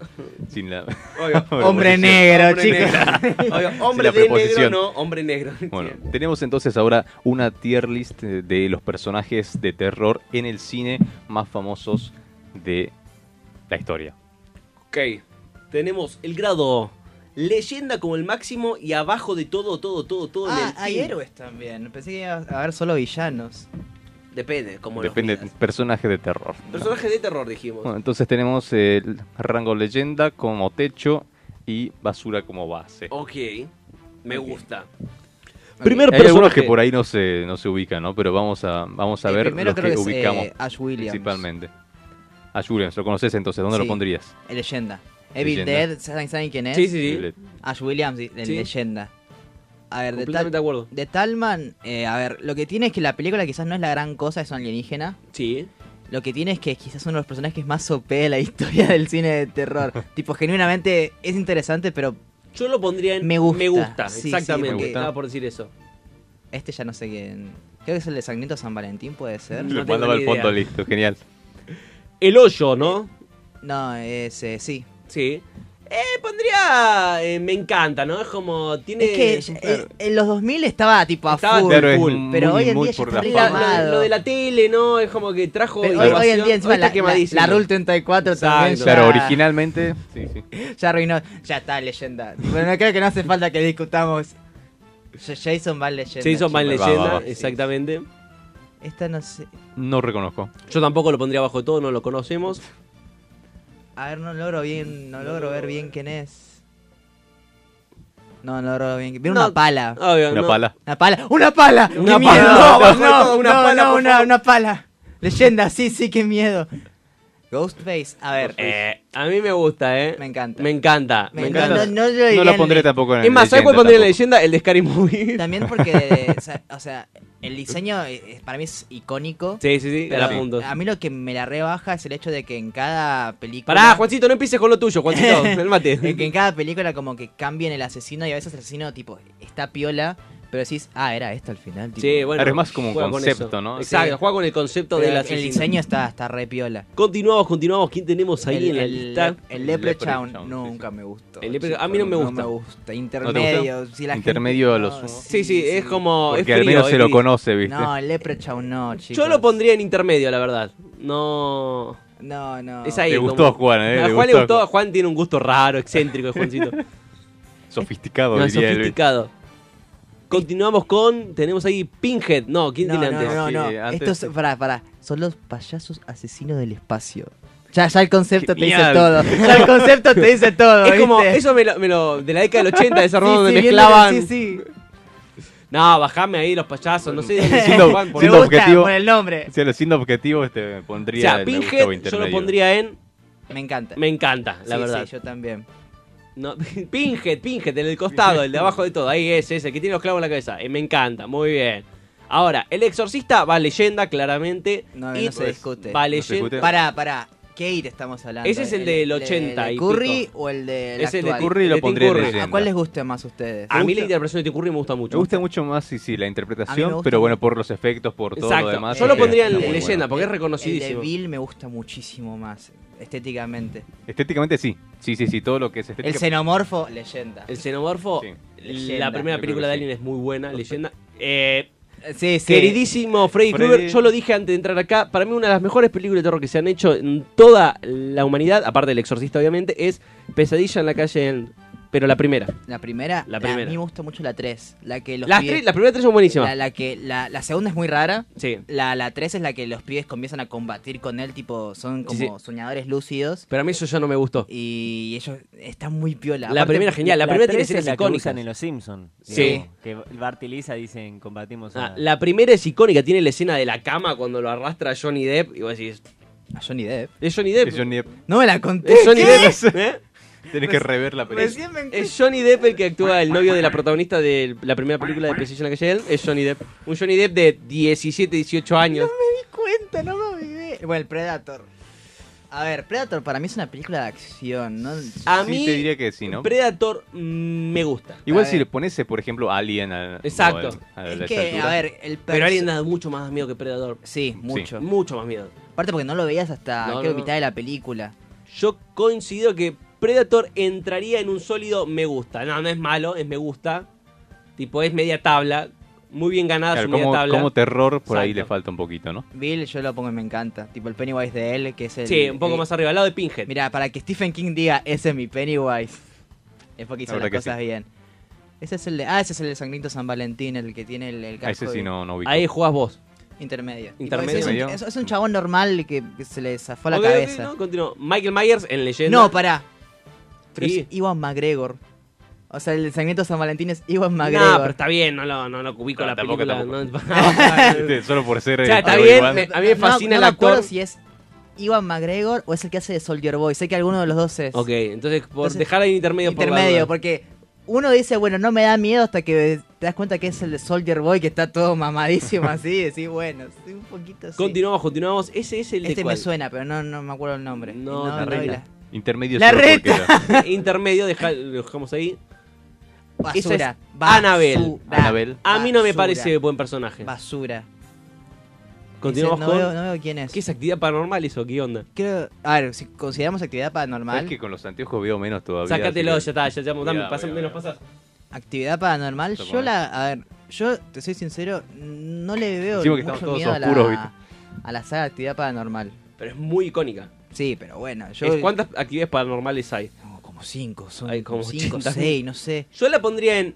D: Sin la,
O: Obvio,
D: la
O: hombre
D: preposición.
O: negro,
D: Hombre
O: chicos.
D: negro.
O: Obvio,
D: Sin
O: hombre
D: la
O: de negro,
D: preposición.
O: no, hombre negro.
D: Bueno, tenemos entonces ahora una tier list eh, de los personajes de terror en el cine más famosos de la historia.
C: Ok, tenemos el grado leyenda como el máximo y abajo de todo, todo, todo, todo. en
O: Ah,
C: el
O: hay
C: fin.
O: héroes también. Pensé que iba a haber solo villanos.
C: Depende, como los
D: Depende
C: midas.
D: personaje de Ah, terror.
C: Personajes de terror, dijimos.
D: Bueno, entonces tenemos el rango leyenda como techo y basura como base.
C: Ok, me gusta.
D: Hay
C: Primer
D: algunos que
C: personaje.
D: por ahí no se, no se ubican, ¿no? Pero vamos a, vamos a
O: El
D: ver
O: primero
D: los
O: creo
D: que,
O: que es,
D: ubicamos
O: eh, Ash Williams.
D: principalmente. Ash Williams, ¿lo conoces entonces? ¿Dónde
O: Sí,
D: lo pondrías?
O: Es leyenda. Evil
D: Leyenda.
O: Dead, ¿saben, saben quién es?
D: Sí, sí, sí.
O: Ash Williams, de de
D: Sí.
O: leyenda. A ver, de,
C: Completamente
O: tal, de Talman, eh, a ver, lo que tiene es que la película quizás no es la gran cosa, es un alienígena.
C: Sí.
O: Lo que tiene es que es quizás uno de los personajes más OP de la historia del cine
E: [LAUGHS]
O: de terror. tipo, genuinamente es interesante, pero
C: Yo lo pondría en
O: me gusta.
C: Me gusta,
O: Sí, sí,
C: exactamente.
O: porque
C: Estaba por decir eso.
O: Este ya no sé quién. Creo que es el de Sangriento San Valentín, puede ser.
D: Lo mandaba al fondo, listo, genial.
C: El hoyo, ¿no?
O: No, es eh, sí.
C: Sí. Eh, pondría. eh, me encanta, ¿no? Es como. Tiene.
O: Es que eh, en los 2000 estaba tipo a
C: Estaba
O: full,
C: Claro, es
O: pero
C: muy,
O: hoy en
C: muy
O: día ya
C: por
O: está
C: la
O: re
C: fama.
O: quemado.
C: Lo- lo de la tele, ¿no? Es como que trajo.
O: Pero hoy,
C: innovación.
O: hoy en día encima
C: Hoy
O: la,
C: está quemadísimo.
O: la- la Rule 34 también
D: Claro,
O: ya-
D: originalmente. Sí, sí.
O: Ya arruinó, ya está leyenda. Bueno, no creo que no hace falta que discutamos. Ya- Jason va en leyenda.
C: Jason Van
D: Va,
O: chicos.
C: Leyenda,
D: va, va.
C: exactamente.
O: Esta no sé.
D: No reconozco.
C: Yo tampoco lo pondría bajo de todo, no lo conocemos.
O: A ver, no logro bien, no logro ver bien quién es. No, no logro bien. Viene
C: No,
O: una pala.
C: obvio, Una no. pala.
O: Una pala. ¡Una pala! ¡Qué
C: Una
O: miedo!
C: pala,
O: No,
C: bajo de todo, una
O: no,
C: pala,
O: no,
C: por
O: una,
C: favor.
O: una pala. Leyenda, sí, sí, qué miedo. Ghostface, a ver.
C: Eh, a mí me gusta, ¿eh? Me
O: encanta.
C: Me encanta.
O: Me
C: Me
O: encanta.
C: encanta.
O: No- no lo No diría lo en pondré le- tampoco en
C: Es más, ¿sabes
O: leyenda
C: cuál pondría en la
O: tampoco.
C: leyenda? El de Scary Movie.
O: También
C: [LAUGHS]
O: porque, o sea, o sea, el diseño eh, para mí es icónico.
C: Sí, sí, sí, te la
O: pero
C: apunto.
O: A mí lo que me la rebaja es el hecho de que en cada película...
C: Pará, Juancito, no empieces con lo tuyo,
O: [LAUGHS]
C: Juancito. El mate.
O: De que en cada película como que cambian el asesino y a veces el asesino tipo está piola, pero decís, ah, era esto al final. Tipo.
C: Sí, bueno.
D: Ahora es más como un
C: juega con
D: concepto,
C: eso.
D: ¿no?
C: Exacto,
O: Sí.
C: juega con el concepto
O: Pero
C: del
O: el
C: asesino.
O: diseño está, está re piola.
C: Continuamos, continuamos. ¿Quién tenemos ahí
O: El-
C: en la
O: el
C: lista?
O: lep- el Leprechaun, nunca me gustó.
C: El Leprechaun- a mí no me gusta.
O: No me gusta. Intermedio. si la gente-
D: Intermedio a
O: no,
D: los-
C: Sí, sí, es como.
D: Porque
C: es frío,
D: al menos
C: es
D: se lo
C: frío.
D: conoce, ¿viste?
O: No, el Leprechaun no, chicos.
C: Yo lo pondría en intermedio, la verdad. No.
O: No, no.
C: Es ahí.
D: Le
C: como-
D: gustó a Juan, ¿eh?
C: A
D: Le
C: Juan le
D: gustó a
C: gustó. a Juan tiene un gusto raro, excéntrico,
D: [LAUGHS]
C: Juancito.
D: Sofisticado,
C: No, es
D: diría él, ¿viste?
C: sofisticado. Continuamos con. Tenemos ahí Pinhead. No, ¿quién
O: No,
C: tiene
O: no,
C: antes?
O: no, no. Estos, pará, pará. Son los payasos asesinos del espacio. Ya, ya el concepto
C: Genial.
O: te
D: [LAUGHS]
O: dice todo. [LAUGHS] Ya el concepto te dice todo.
C: Es como,
O: ¿viste?
C: eso me lo, me lo- de la década del 80, de ese
O: Sí,
C: donde
O: sí, bien,
C: mezclaban.
O: Sí, sí.
C: No, bajame ahí los payasos, no sé.
D: Siendo,
C: Juan, por-
D: siendo objetivo.
O: por el nombre.
D: Sí, siendo objetivo, este,
C: O
D: pondría.
C: sea,
D: el me gusta o
C: Pinhead yo lo
D: intermedio.
C: pondría en.
O: Me encanta.
C: Me encanta, la
O: Sí,
C: verdad.
O: Sí, yo también.
C: No, [LAUGHS] Pinhead, Pinhead, el del costado, el de abajo de todo. Ahí es ese, el que tiene los clavos en la cabeza. Eh, me encanta, muy bien. Ahora, el exorcista va leyenda, claramente.
O: No,
C: It
O: no se discute.
C: Va leyenda.
O: Pará, pará. ¿Qué It estamos hablando?
C: Ese es el del 80
O: de
C: y
O: Curry
C: pico.
O: o el de
C: Es el de
O: actual?
C: Curry, El lo de Tim pondría en Curry. leyenda.
O: ¿A cuál les gusta más a ustedes?
C: A mí la interpretación de Tim Curry me gusta mucho.
D: Me gusta mucho más, sí,
O: A
D: sí, la
O: mí me
D: interpretación,
O: gusta
D: pero bueno, por los efectos, por todo
C: Exacto.
D: lo demás.
C: Yo lo
D: este,
C: pondría en
D: está muy bueno.
C: leyenda, porque es
O: El de
C: reconocidísimo.
O: Bill me gusta muchísimo más, estéticamente.
D: Estéticamente sí. Sí, sí, sí, todo lo que es estética.
O: El xenomorfo, leyenda.
C: El xenomorfo,
O: Leyenda.
C: la primera
O: Yo creo
C: película
O: que
C: de Alien es muy buena, leyenda. Eh,
O: Sí, sí.
C: Queridísimo Freddy
O: Freddy-
C: Krueger, yo lo dije antes de entrar acá, para mí una de las mejores películas de terror que se han hecho en toda la humanidad, aparte del exorcista obviamente, es Pesadilla en la calle, en- pero la primera.
O: La primera,
C: La
O: la
C: primera.
O: a mí me gusta mucho la 3. La que los
C: Las
O: pibes-
C: tres- las primeras tres son buenísimas.
O: La, la que, la, la segunda es muy rara.
C: Sí.
O: La, la 3 es la que los pibes comienzan a combatir con él, tipo, son como
C: Sí, sí.
O: soñadores lúcidos.
C: Pero a mí eso ya no me gustó.
O: Y ellos están muy piola.
C: La
O: Aparte,
C: primera es genial, la, primera tiene
E: tres
C: escenas
E: es la que
C: icónicas.
E: usan en Los Simpsons.
C: Sí.
E: Que Bart y Lisa dicen combatimos a...
C: Ah, la primera es icónica, tiene la escena de la cama cuando lo arrastra a Johnny Depp y vos decís...
O: A Johnny Depp.
C: Es Johnny Depp.
D: Es Johnny Depp.
O: No me la conté.
C: Es Johnny
O: ¿qué?
C: Depp. ¿eh?
D: Tienes que rever la
C: Pues,
D: película.
O: Recién me encu-
C: Es Johnny Depp el que actúa, el novio de la protagonista de la primera película de Pesadilla en la calle del- es Johnny Depp. Un Johnny Depp de 17, 18 años.
O: Cuenta, no me olvidé. Bueno, el Predator. A ver, Predator para mí es una película de acción, ¿no?
D: A Sí, mí, te diría que sí, ¿no?
C: Predator mm, me gusta.
D: Igual si le pones, eh, por ejemplo, Alien a,
C: Exacto.
D: a- a
C: Es
D: la
C: que,
D: estatura.
C: a ver, el Pero Alien da mucho más miedo que Predador.
O: Sí, mucho.
C: Mucho más miedo.
O: Aparte porque no lo veías hasta
C: No,
O: creo
C: no, no.
O: mitad de la película.
C: Yo coincido que Predator entraría en un sólido me gusta. No, no es malo, es me gusta. Tipo, es media tabla. Muy bien ganada
D: Claro,
C: su media
D: como,
C: tabla.
D: como terror, por ahí
C: Exacto.
D: le falta un poquito, ¿no?
O: Bill yo lo pongo y me encanta. Tipo el Pennywise de él, que es el...
C: Sí, un poco más arriba, al lado de Pinhead.
O: Mira, para que Stephen King diga, ese es mi Pennywise, es porque hizo
D: La
O: las
D: verdad que
O: cosas
D: sí.
O: bien. Ese es el de... Ah, ese es el de Sangriento San Valentín, el que tiene el, el
D: Ah, ese
O: casco
D: sí
O: y-
D: no, no ubico.
C: Ahí jugás vos.
O: Intermedio.
C: Intermedio.
O: Es un, es- es un chabón normal que, que se le zafó la
C: Ok, ok,
O: cabeza.
C: no, continúo. Michael Myers en leyenda.
O: No, pará. Pero
C: Sí.
O: es Iwan McGregor. O sea, el de Sangriento San Valentín es Iwan
C: No,
O: McGregor.
C: pero está bien, no lo, no lo cubico
D: No,
C: la
D: tampoco,
C: película.
D: tampoco.
C: no-
D: Este, solo por ser,
C: O sea,
D: eh,
C: está
D: algo
C: bien,
D: igual.
C: me- a mí me
O: No-
C: fascina
O: no,
C: el
O: me acuerdo
C: actor.
O: si es Iwan McGregor o es el que hace de Soldier Boy. Sé que alguno de los dos es.
C: Ok, entonces por
O: Entonces,
C: dejar ahí intermedio,
O: Intermedio,
C: por la duda.
O: porque uno dice, bueno, no me da miedo hasta que te das cuenta que es el de Soldier Boy que está todo mamadísimo así. Decís, bueno, sí, un poquito así.
C: Continuamos, continuamos. Ese es el de
O: Este me
C: cuál?
O: suena, pero no, no me acuerdo el nombre.
C: No,
O: no,
C: la
O: vi
C: regla.
D: Intermedio
O: La
D: solo porque
O: reta.
C: [LAUGHS]
D: era-
C: Intermedio, deja- lo dejamos ahí. Eso es
O: Basura.
C: Annabelle.
O: basura,
D: Annabelle.
C: A mí no me
O: basura.
C: parece buen personaje.
O: Basura.
C: Continuamos
O: Dice, no
C: con.
O: veo- no veo quién es.
C: ¿Qué es actividad paranormal eso? ¿Qué onda?
O: Creo- a ver, si consideramos actividad paranormal.
D: Es que con los anteojos veo menos todavía.
C: Sácatelo, ya
D: así que-
C: está, ya, ya dame,
D: Cuidado,
C: pasa-
D: cuidado.
C: me los pasas.
O: Actividad paranormal,
D: Toma.
O: yo la. A ver, yo te soy sincero, no le veo
D: Encima que estamos
O: mucho
D: todos
O: miedo
D: oscuros,
O: a,
D: ¿viste?
O: la, a la saga de actividad paranormal.
C: Pero es muy icónica.
O: Sí, pero bueno, yo.
C: Es- ¿Cuántas actividades paranormales hay?
O: como cinco, son
C: hay como
O: cinco,
C: 80.000.
O: seis, no sé.
C: Yo la pondría en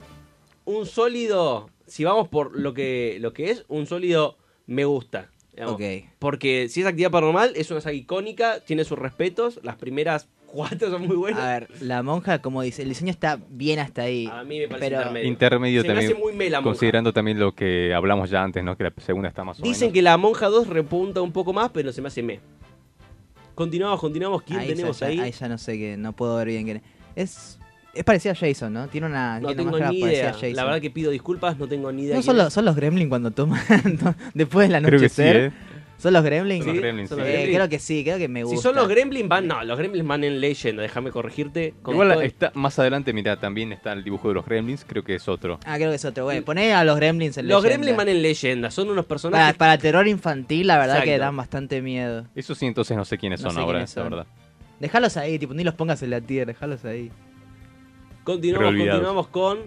C: un sólido, si vamos por lo que, lo que es, un sólido me gusta. digamos.
O: Ok.
C: Porque si es actividad paranormal, es una saga icónica, tiene sus respetos, las primeras [LAUGHS] cuatro son muy buenas.
O: A ver, la monja, como dice, el diseño está bien hasta ahí.
C: A mí me parece
O: pero
C: intermedio.
D: Intermedio
C: Se me
D: también.
C: hace muy mela, monja.
D: considerando también lo que hablamos ya antes, ¿no? Que la segunda está más o
C: Dicen
D: menos.
C: que la Monja 2 repunta un poco más, pero se me hace me. Continuamos, continuamos. ¿Quién
O: ahí ya-
C: tenemos
O: ya-
C: ahí?
O: ahí ya no sé qué, no puedo ver bien quién es. Es, es parecido a Jason, ¿no? Tiene una,
C: no
O: tiene
C: tengo
O: una máscara
C: ni
O: parecida
C: idea.
O: a Jason.
C: La verdad que pido disculpas, no tengo ni idea.
O: no,
C: quién
O: son los,
C: es.
O: son los gremlins cuando toman [LAUGHS] ¿no? después de la noche
D: Creo que sí, ¿eh?
O: ¿Son los gremlins?
D: Son los gremlins, sí.
O: Eh, Creo que sí, creo que me gusta.
C: Si son los Gremlins, van. No, los Gremlins van en leyenda, déjame corregirte. con
D: Igual
C: todo-
D: está más adelante, mira, también está el dibujo de los Gremlins, creo que es otro.
O: Ah, creo que es otro. Bueno, poné a los gremlins en
C: Los
O: leyenda.
C: Gremlins van en leyenda, son unos
O: para,
C: personajes.
O: para terror infantil, la verdad que
C: Exacto.
O: dan bastante miedo.
D: Eso sí, entonces no sé quiénes
O: No
D: son
O: sé
D: ahora,
O: quiénes
D: la
O: son.
D: verdad.
O: Dejalos ahí, tipo, ni los pongas en la tierra, dejalos ahí.
C: Continuamos,
D: Reolvidados.
C: continuamos con.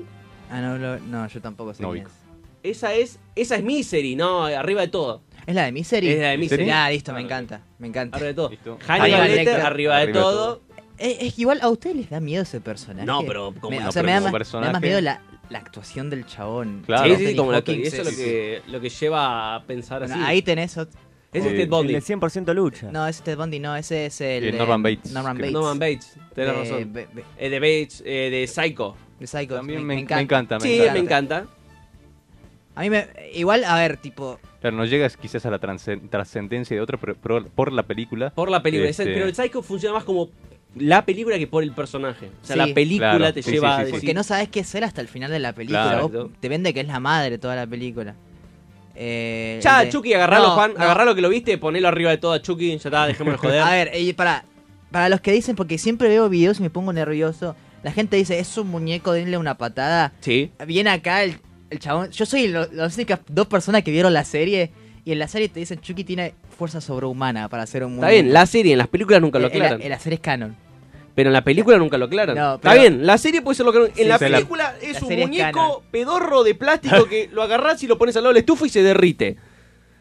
O: Ah, no, lo- no, yo tampoco sé
D: No
O: quién
D: ubico.
C: Esa es. Esa es Misery, no, arriba de todo.
O: es. ¿Es la de Misery?
C: Es la de Misery.
O: Ah, listo, me encanta, me encanta.
C: Arriba de todo.
O: Arriba
C: Hannibal
O: de
C: Lecter,
O: todo.
C: arriba de
D: Arriba de
C: todo.
O: Eh, Es, que igual a ustedes les da miedo ese personaje.
C: No, pero como
O: Me-
C: no,
O: O sea,
C: pero
O: me da,
C: como
O: más- me da
C: personaje-
O: más miedo la, la actuación del chabón.
D: Claro.
C: Sí, sí, sí, como la
O: Anthony
C: eso es lo
O: Hopkins.
C: que, lo que lleva a pensar
O: Bueno,
C: así.
O: ahí tenés otro.
C: Ese es
D: Sí.
C: Ted Bundy.
E: El de 100% lucha.
O: No, ese es Ted Bundy, no, ese es el.
D: El
O: eh,
D: Norman Bates.
O: Norman
D: Creo.
O: Bates.
C: Norman Bates, tenés
O: Eh,
C: razón.
O: Be- Be-
C: Eh, de Bates, eh, de Psycho.
O: de Psycho.
D: También
O: me,
D: me-
O: me
D: me
O: encanta.
D: encanta, me
C: Sí, me encanta.
O: A mí me. Igual, a ver, tipo.
D: Claro, no llegas quizás a la transcen- trascendencia de otra, pero, pero por la película.
C: Por la película.
D: Este,
C: Esa- Pero el Psycho funciona más como la película que por el personaje. O sea,
O: Sí.
C: la película
D: Claro,
C: te
D: sí,
C: lleva
D: sí,
C: a
D: sí, sí.
C: decir...
O: Que no sabes qué ser hasta el final de la película.
D: Claro.
O: Vos te vende que es la madre toda la película. Eh,
C: Ya,
O: el de-
C: Chucky, agarralo,
O: No,
C: Juan.
O: no.
C: Agarralo que lo viste, ponelo arriba de todo a Chucky. Ya está,
O: [LAUGHS]
C: dejémoslo joder.
O: A ver, y para, para los que dicen, porque siempre veo videos y me pongo nervioso. La gente dice, es un muñeco, denle una patada.
C: Sí.
O: Viene acá el, el chabón. Yo soy lo- las únicas dos personas que vieron la serie. Y en la serie te dicen, Chucky tiene fuerza sobrehumana para ser un muñeco.
C: Está bien, la serie en las películas nunca lo
O: En la-
C: aclaran.
O: en la serie es canon.
C: Pero en la película nunca lo aclaran.
O: No,
C: Está
O: pero-
C: bien, la serie puede ser lo que... En
O: Sí,
C: la
O: sí, la-
C: película
O: la
C: es un
O: serie es
C: muñeco pedorro de plástico que lo agarrás y lo pones al lado de la estufa y se derrite.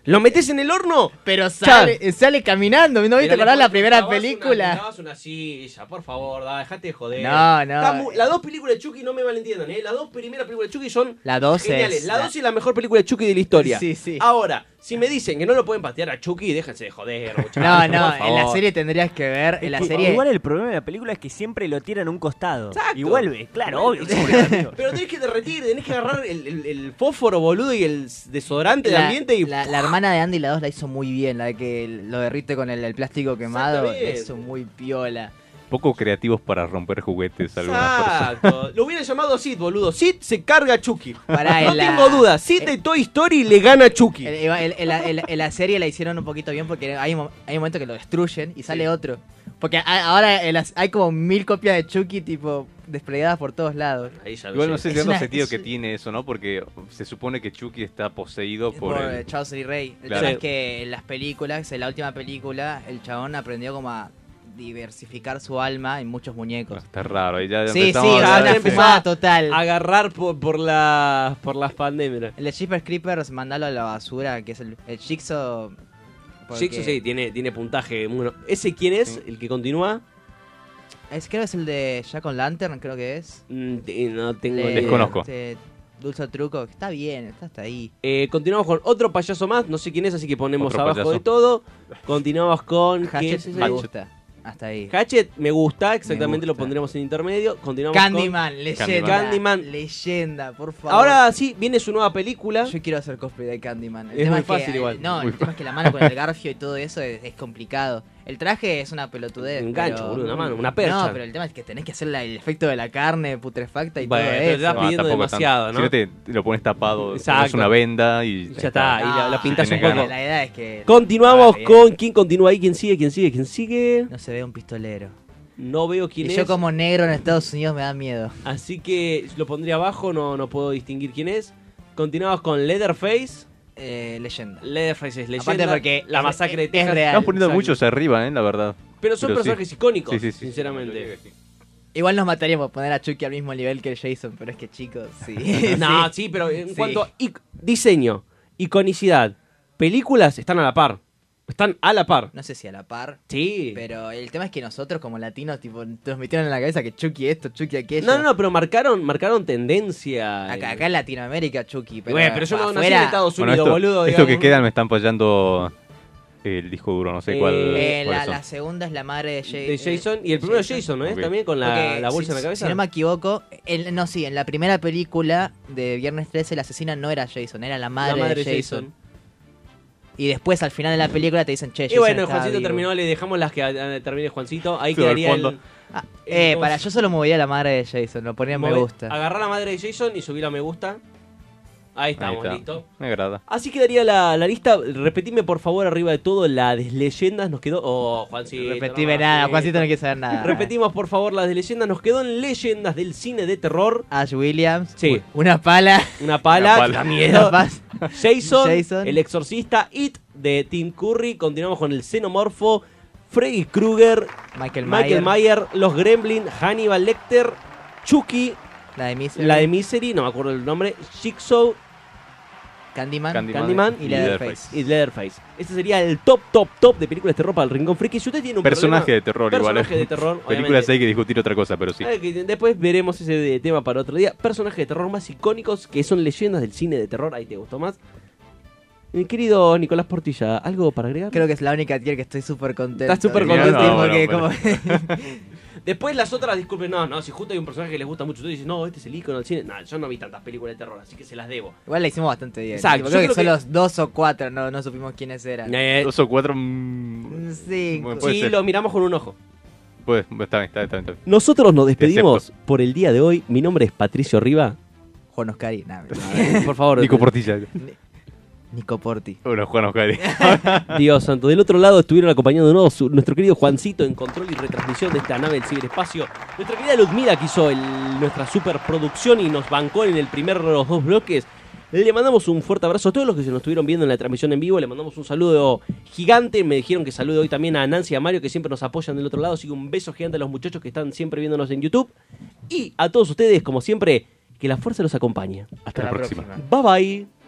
C: Lo metes en el horno.
O: Pero
C: sale-
O: sale, sale caminando, ¿no viste?
C: Pero le
O: acordás la
C: pones-
O: primera
C: clavás una-
O: película?
C: le clavás una silla, por favor, da, dejate de joder.
O: No, no.
C: Está mu- Las dos películas de Chucky, no me malentiendan, ¿eh? Las dos primeras películas de Chucky son
O: La dos
C: geniales.
O: es-
C: la
O: la-
C: 2 es la mejor película de Chucky de la historia.
O: Sí, sí.
C: Ahora, si me dicen que no lo pueden patear a Chucky, déjense de
O: [LAUGHS]
C: joder, muchachos.
O: No,
C: por
O: no, en la
C: favor.
O: serie tendrías que ver. En la
E: Que
O: serie.
E: Igual el problema de la película es que siempre lo tiran a un costado. Y vuelve, claro, obvio. [LAUGHS]
C: Pero tenés que derretir, tenés que agarrar el, el- el fósforo, boludo, y el desodorante de
O: la,
C: ambiente y.
O: la-
C: [LAUGHS]
O: la hermana de Andy, la 2, la hizo muy bien. La de que lo derrite con el, el plástico quemado. La
C: Exactamente.
O: hizo muy piola.
D: poco creativos para romper juguetes algunas personas.
C: Exacto. Lo hubiera llamado Sid, boludo. Sid se carga a Chucky.
O: Pará,
C: no
O: en la- Eh,
C: tengo duda. Sid de Toy Story le gana a Chucky.
O: En, en- en la, en la- en la serie la hicieron un poquito bien porque hay, mo- hay un momento que lo destruyen y sale otro. Porque a- ahora en las- hay como mil copias de Chucky, tipo, desplegadas por todos lados.
D: Igual no sé
O: Es
D: si
O: una-
D: el sentido
O: es-
D: que tiene eso, ¿no? Porque se supone que Chucky está poseído por,
O: por,
D: el-
O: Charles Lee Ray. El
D: Claro.
O: tema es que en las películas, en la última película, el chabón aprendió como a diversificar su alma en muchos muñecos.
D: Ah, Está raro. ahí ya
O: Sí, sí,
D: empezamos a
O: ya
D: hablar
O: una
D: de-
O: fumada Ah, total.
C: Ah, Agarrar por, por, la, por las pandemias.
O: El de Jeepers Creepers, mandalo a la basura, que es el, el Jigsaw. porque-
C: Jigsaw sí, tiene, tiene puntaje. Bueno, ¿ese quién es? ¿El que continúa?
O: Es, creo que es el de Jack on Lantern, creo que es.
C: Mm, te- no tengo
O: De-
C: idea.
O: este, Dulce Truco, que está bien, está hasta ahí.
C: Eh, continuamos con otro payaso más. No sé quién es, así que ponemos
O: Otro
C: abajo
O: payaso.
C: de todo. Continuamos con. ¿qué
O: Hatchet
C: es ese?
O: me gusta. Hasta ahí.
C: Hatchet me gusta, exactamente
O: Me
C: lo pondremos en intermedio. Continuamos
O: Candyman,
C: con...
O: leyenda.
C: Candyman.
O: Leyenda, por favor.
C: Ahora sí, viene su nueva película. Yo
O: quiero hacer cosplay de Candyman. El
C: es
O: tema
C: muy
O: que-
C: fácil igual.
O: No, el tema es que la mano con el garfio y todo eso es, es complicado. El traje es una pelotudez.
C: Un gancho,
O: pero-
C: boludo, una mano, una percha.
O: No, pero el tema es que tenés que hacer la- el efecto de la carne putrefacta y
C: Bueno,
O: todo
C: pero te
O: eso.
C: estás pidiendo
D: tampoco tanto.
C: demasiado, ¿no?
D: Si no te, te lo pones tapado, es
C: Exacto.
D: una venda y.
C: Ya está, y la, la pintas
D: Si
C: un
D: tenés
C: poco.
D: ganas.
O: Ah, La idea es que-
C: Continuamos
O: Ah, bien.
C: con. ¿Quién continúa ahí? ¿Quién sigue? ¿Quién sigue? ¿Quién sigue?
O: No se ve un pistolero.
C: No veo
O: Y
C: quién es.
O: yo como negro en Estados Unidos me da miedo.
C: Así que lo pondría abajo, no, no puedo distinguir quién es. Continuamos con Leatherface.
O: Eh, leyenda.
C: Leatherface es leyenda.
O: Aparte porque
C: la
O: es-
C: masacre de
O: es
C: Texas.
O: real.
D: Están poniendo
C: Exacto.
D: muchos arriba, ¿eh? La verdad.
C: Pero son personajes
D: sí.
C: icónicos,
D: Sí, sí, sí.
C: sinceramente.
O: Igual nos mataríamos por poner a Chucky al mismo nivel que Jason, pero es que chicos, sí.
C: [LAUGHS] no, sí, pero en
O: Sí.
C: cuanto a ic- diseño, iconicidad, películas están a la par. Están a la par.
O: No sé si a la par.
C: Sí.
O: Pero el tema es que nosotros como latinos, tipo, nos metieron en la cabeza que Chucky esto, Chucky aquello.
C: No, no, no, pero marcaron, marcaron tendencia.
O: Acá, acá en Latinoamérica, Chucky. Pero,
C: Bueno, pero yo no nací en Estados
D: Bueno,
C: Unidos,
D: esto,
C: boludo.
D: esto que
C: digamos.
D: quedan me están apoyando el disco duro, no sé cuál.
O: Eh,
D: cuáles
O: la,
D: son.
O: la segunda es la madre de, Ja-
C: De
O: eh,
C: Jason, y el primero es Jason, ¿no es?
D: Ok.
C: También con la,
O: Porque,
C: la bolsa
O: si-
C: en la cabeza.
O: Si no me equivoco, el- no, sí, en la primera película de Viernes 13, la asesina no era Jason, era la madre,
C: madre
O: de
C: de
O: Jason. Y después, al final de la película, te dicen, che,
C: y
O: Jason
C: bueno,
O: está
C: Juancito
O: vivo.
C: terminó, le dejamos las que eh, termine Juancito. Ahí
O: Sí, al
C: quedaría el.
O: fondo. Eh, para, yo solo movería la madre de Jason, lo ponía en me
C: Move-
O: gusta.
C: Agarrá la madre de Jason y subí la me gusta. Ahí estamos,
D: está.
C: listo.
D: Me agrada.
C: Así quedaría la, la lista. Repetime por favor arriba de todo la de leyendas. Nos quedó. Oh, Juancito.
O: Repetime
C: no más,
O: nada,
C: eh.
O: Juancito no quiere saber nada.
C: Repetimos por favor las de leyendas. Nos quedó en leyendas del cine de terror.
O: Ash Williams.
C: Sí.
O: Una pala.
C: Una pala,
O: [LAUGHS] Una pala.
C: da miedo.
O: Una paz.
C: Jason,
O: Jason.
C: el exorcista, It de Tim Curry. Continuamos con el xenomorfo, Freddy Krueger,
O: Michael,
C: Michael Mayer, los Gremlin, Hannibal Lecter, Chucky,
O: La de Misery.
C: la de Misery, no me acuerdo el nombre, Jigsaw,
O: Candyman.
C: Candyman,
O: Y Leatherface.
C: y Leatherface. Ese sería el top, top, top de películas de terror para el Rincón Friki. Si usted tiene un
D: Personaje
C: problema-
D: de terror, igual.
C: personaje de terror,
D: Películas
C: obviamente.
D: hay que discutir otra cosa, pero sí.
C: Ah, que Después veremos ese de- tema para otro día. Personajes de terror más icónicos que son leyendas del cine de terror. Ahí te gustó más. Mi querido Nicolás Portilla, ¿algo para agregar?
O: Creo que es la única tier que estoy súper contento.
C: Estás súper
O: Genial,
C: contento.
O: porque
C: No, bueno,
O: como-
C: Después las otras, disculpen, no, no, si justo hay un personaje que les gusta mucho, tú dices, no, este es el icono del cine. No, yo no vi tantas películas de terror, así que se las debo.
O: Igual la hicimos bastante bien.
C: Exacto,
O: Tipo,
C: yo
O: Creo que
C: creo
O: son
C: que- Eh,
O: los dos o cuatro, no, no supimos quiénes eran.
D: Dos o cuatro.
O: Mm,
D: mm,
O: Cinco.
D: puede
C: Sí,
D: ser.
C: lo miramos con un ojo.
D: Pues, está bien, está bien, está bien, está bien.
C: Nosotros nos
D: despedimos
C: despedimos por el día de hoy. Mi nombre es Patricio Riva.
O: Juan Oscari. nada,
C: Por favor.
D: Nico Portilla.
O: Nico Porti.
D: Bueno, Juan Oscari.
O: [LAUGHS]
C: Dios santo. Del otro lado estuvieron acompañándonos su- nuestro querido Juancito en control y retransmisión de esta nave del ciberespacio. Nuestra querida Ludmila que hizo el- nuestra superproducción y nos bancó en el primer de los dos bloques. Le mandamos un fuerte abrazo a todos los que se nos estuvieron viendo en la transmisión en vivo. Le mandamos un saludo gigante. Me dijeron que saludo hoy también a Nancy y a Mario que siempre nos apoyan del otro lado. Así que un beso gigante a los muchachos que están siempre viéndonos en YouTube. Y a todos ustedes, como siempre, que la fuerza los acompañe. Hasta,
D: la próxima.
C: Bye bye.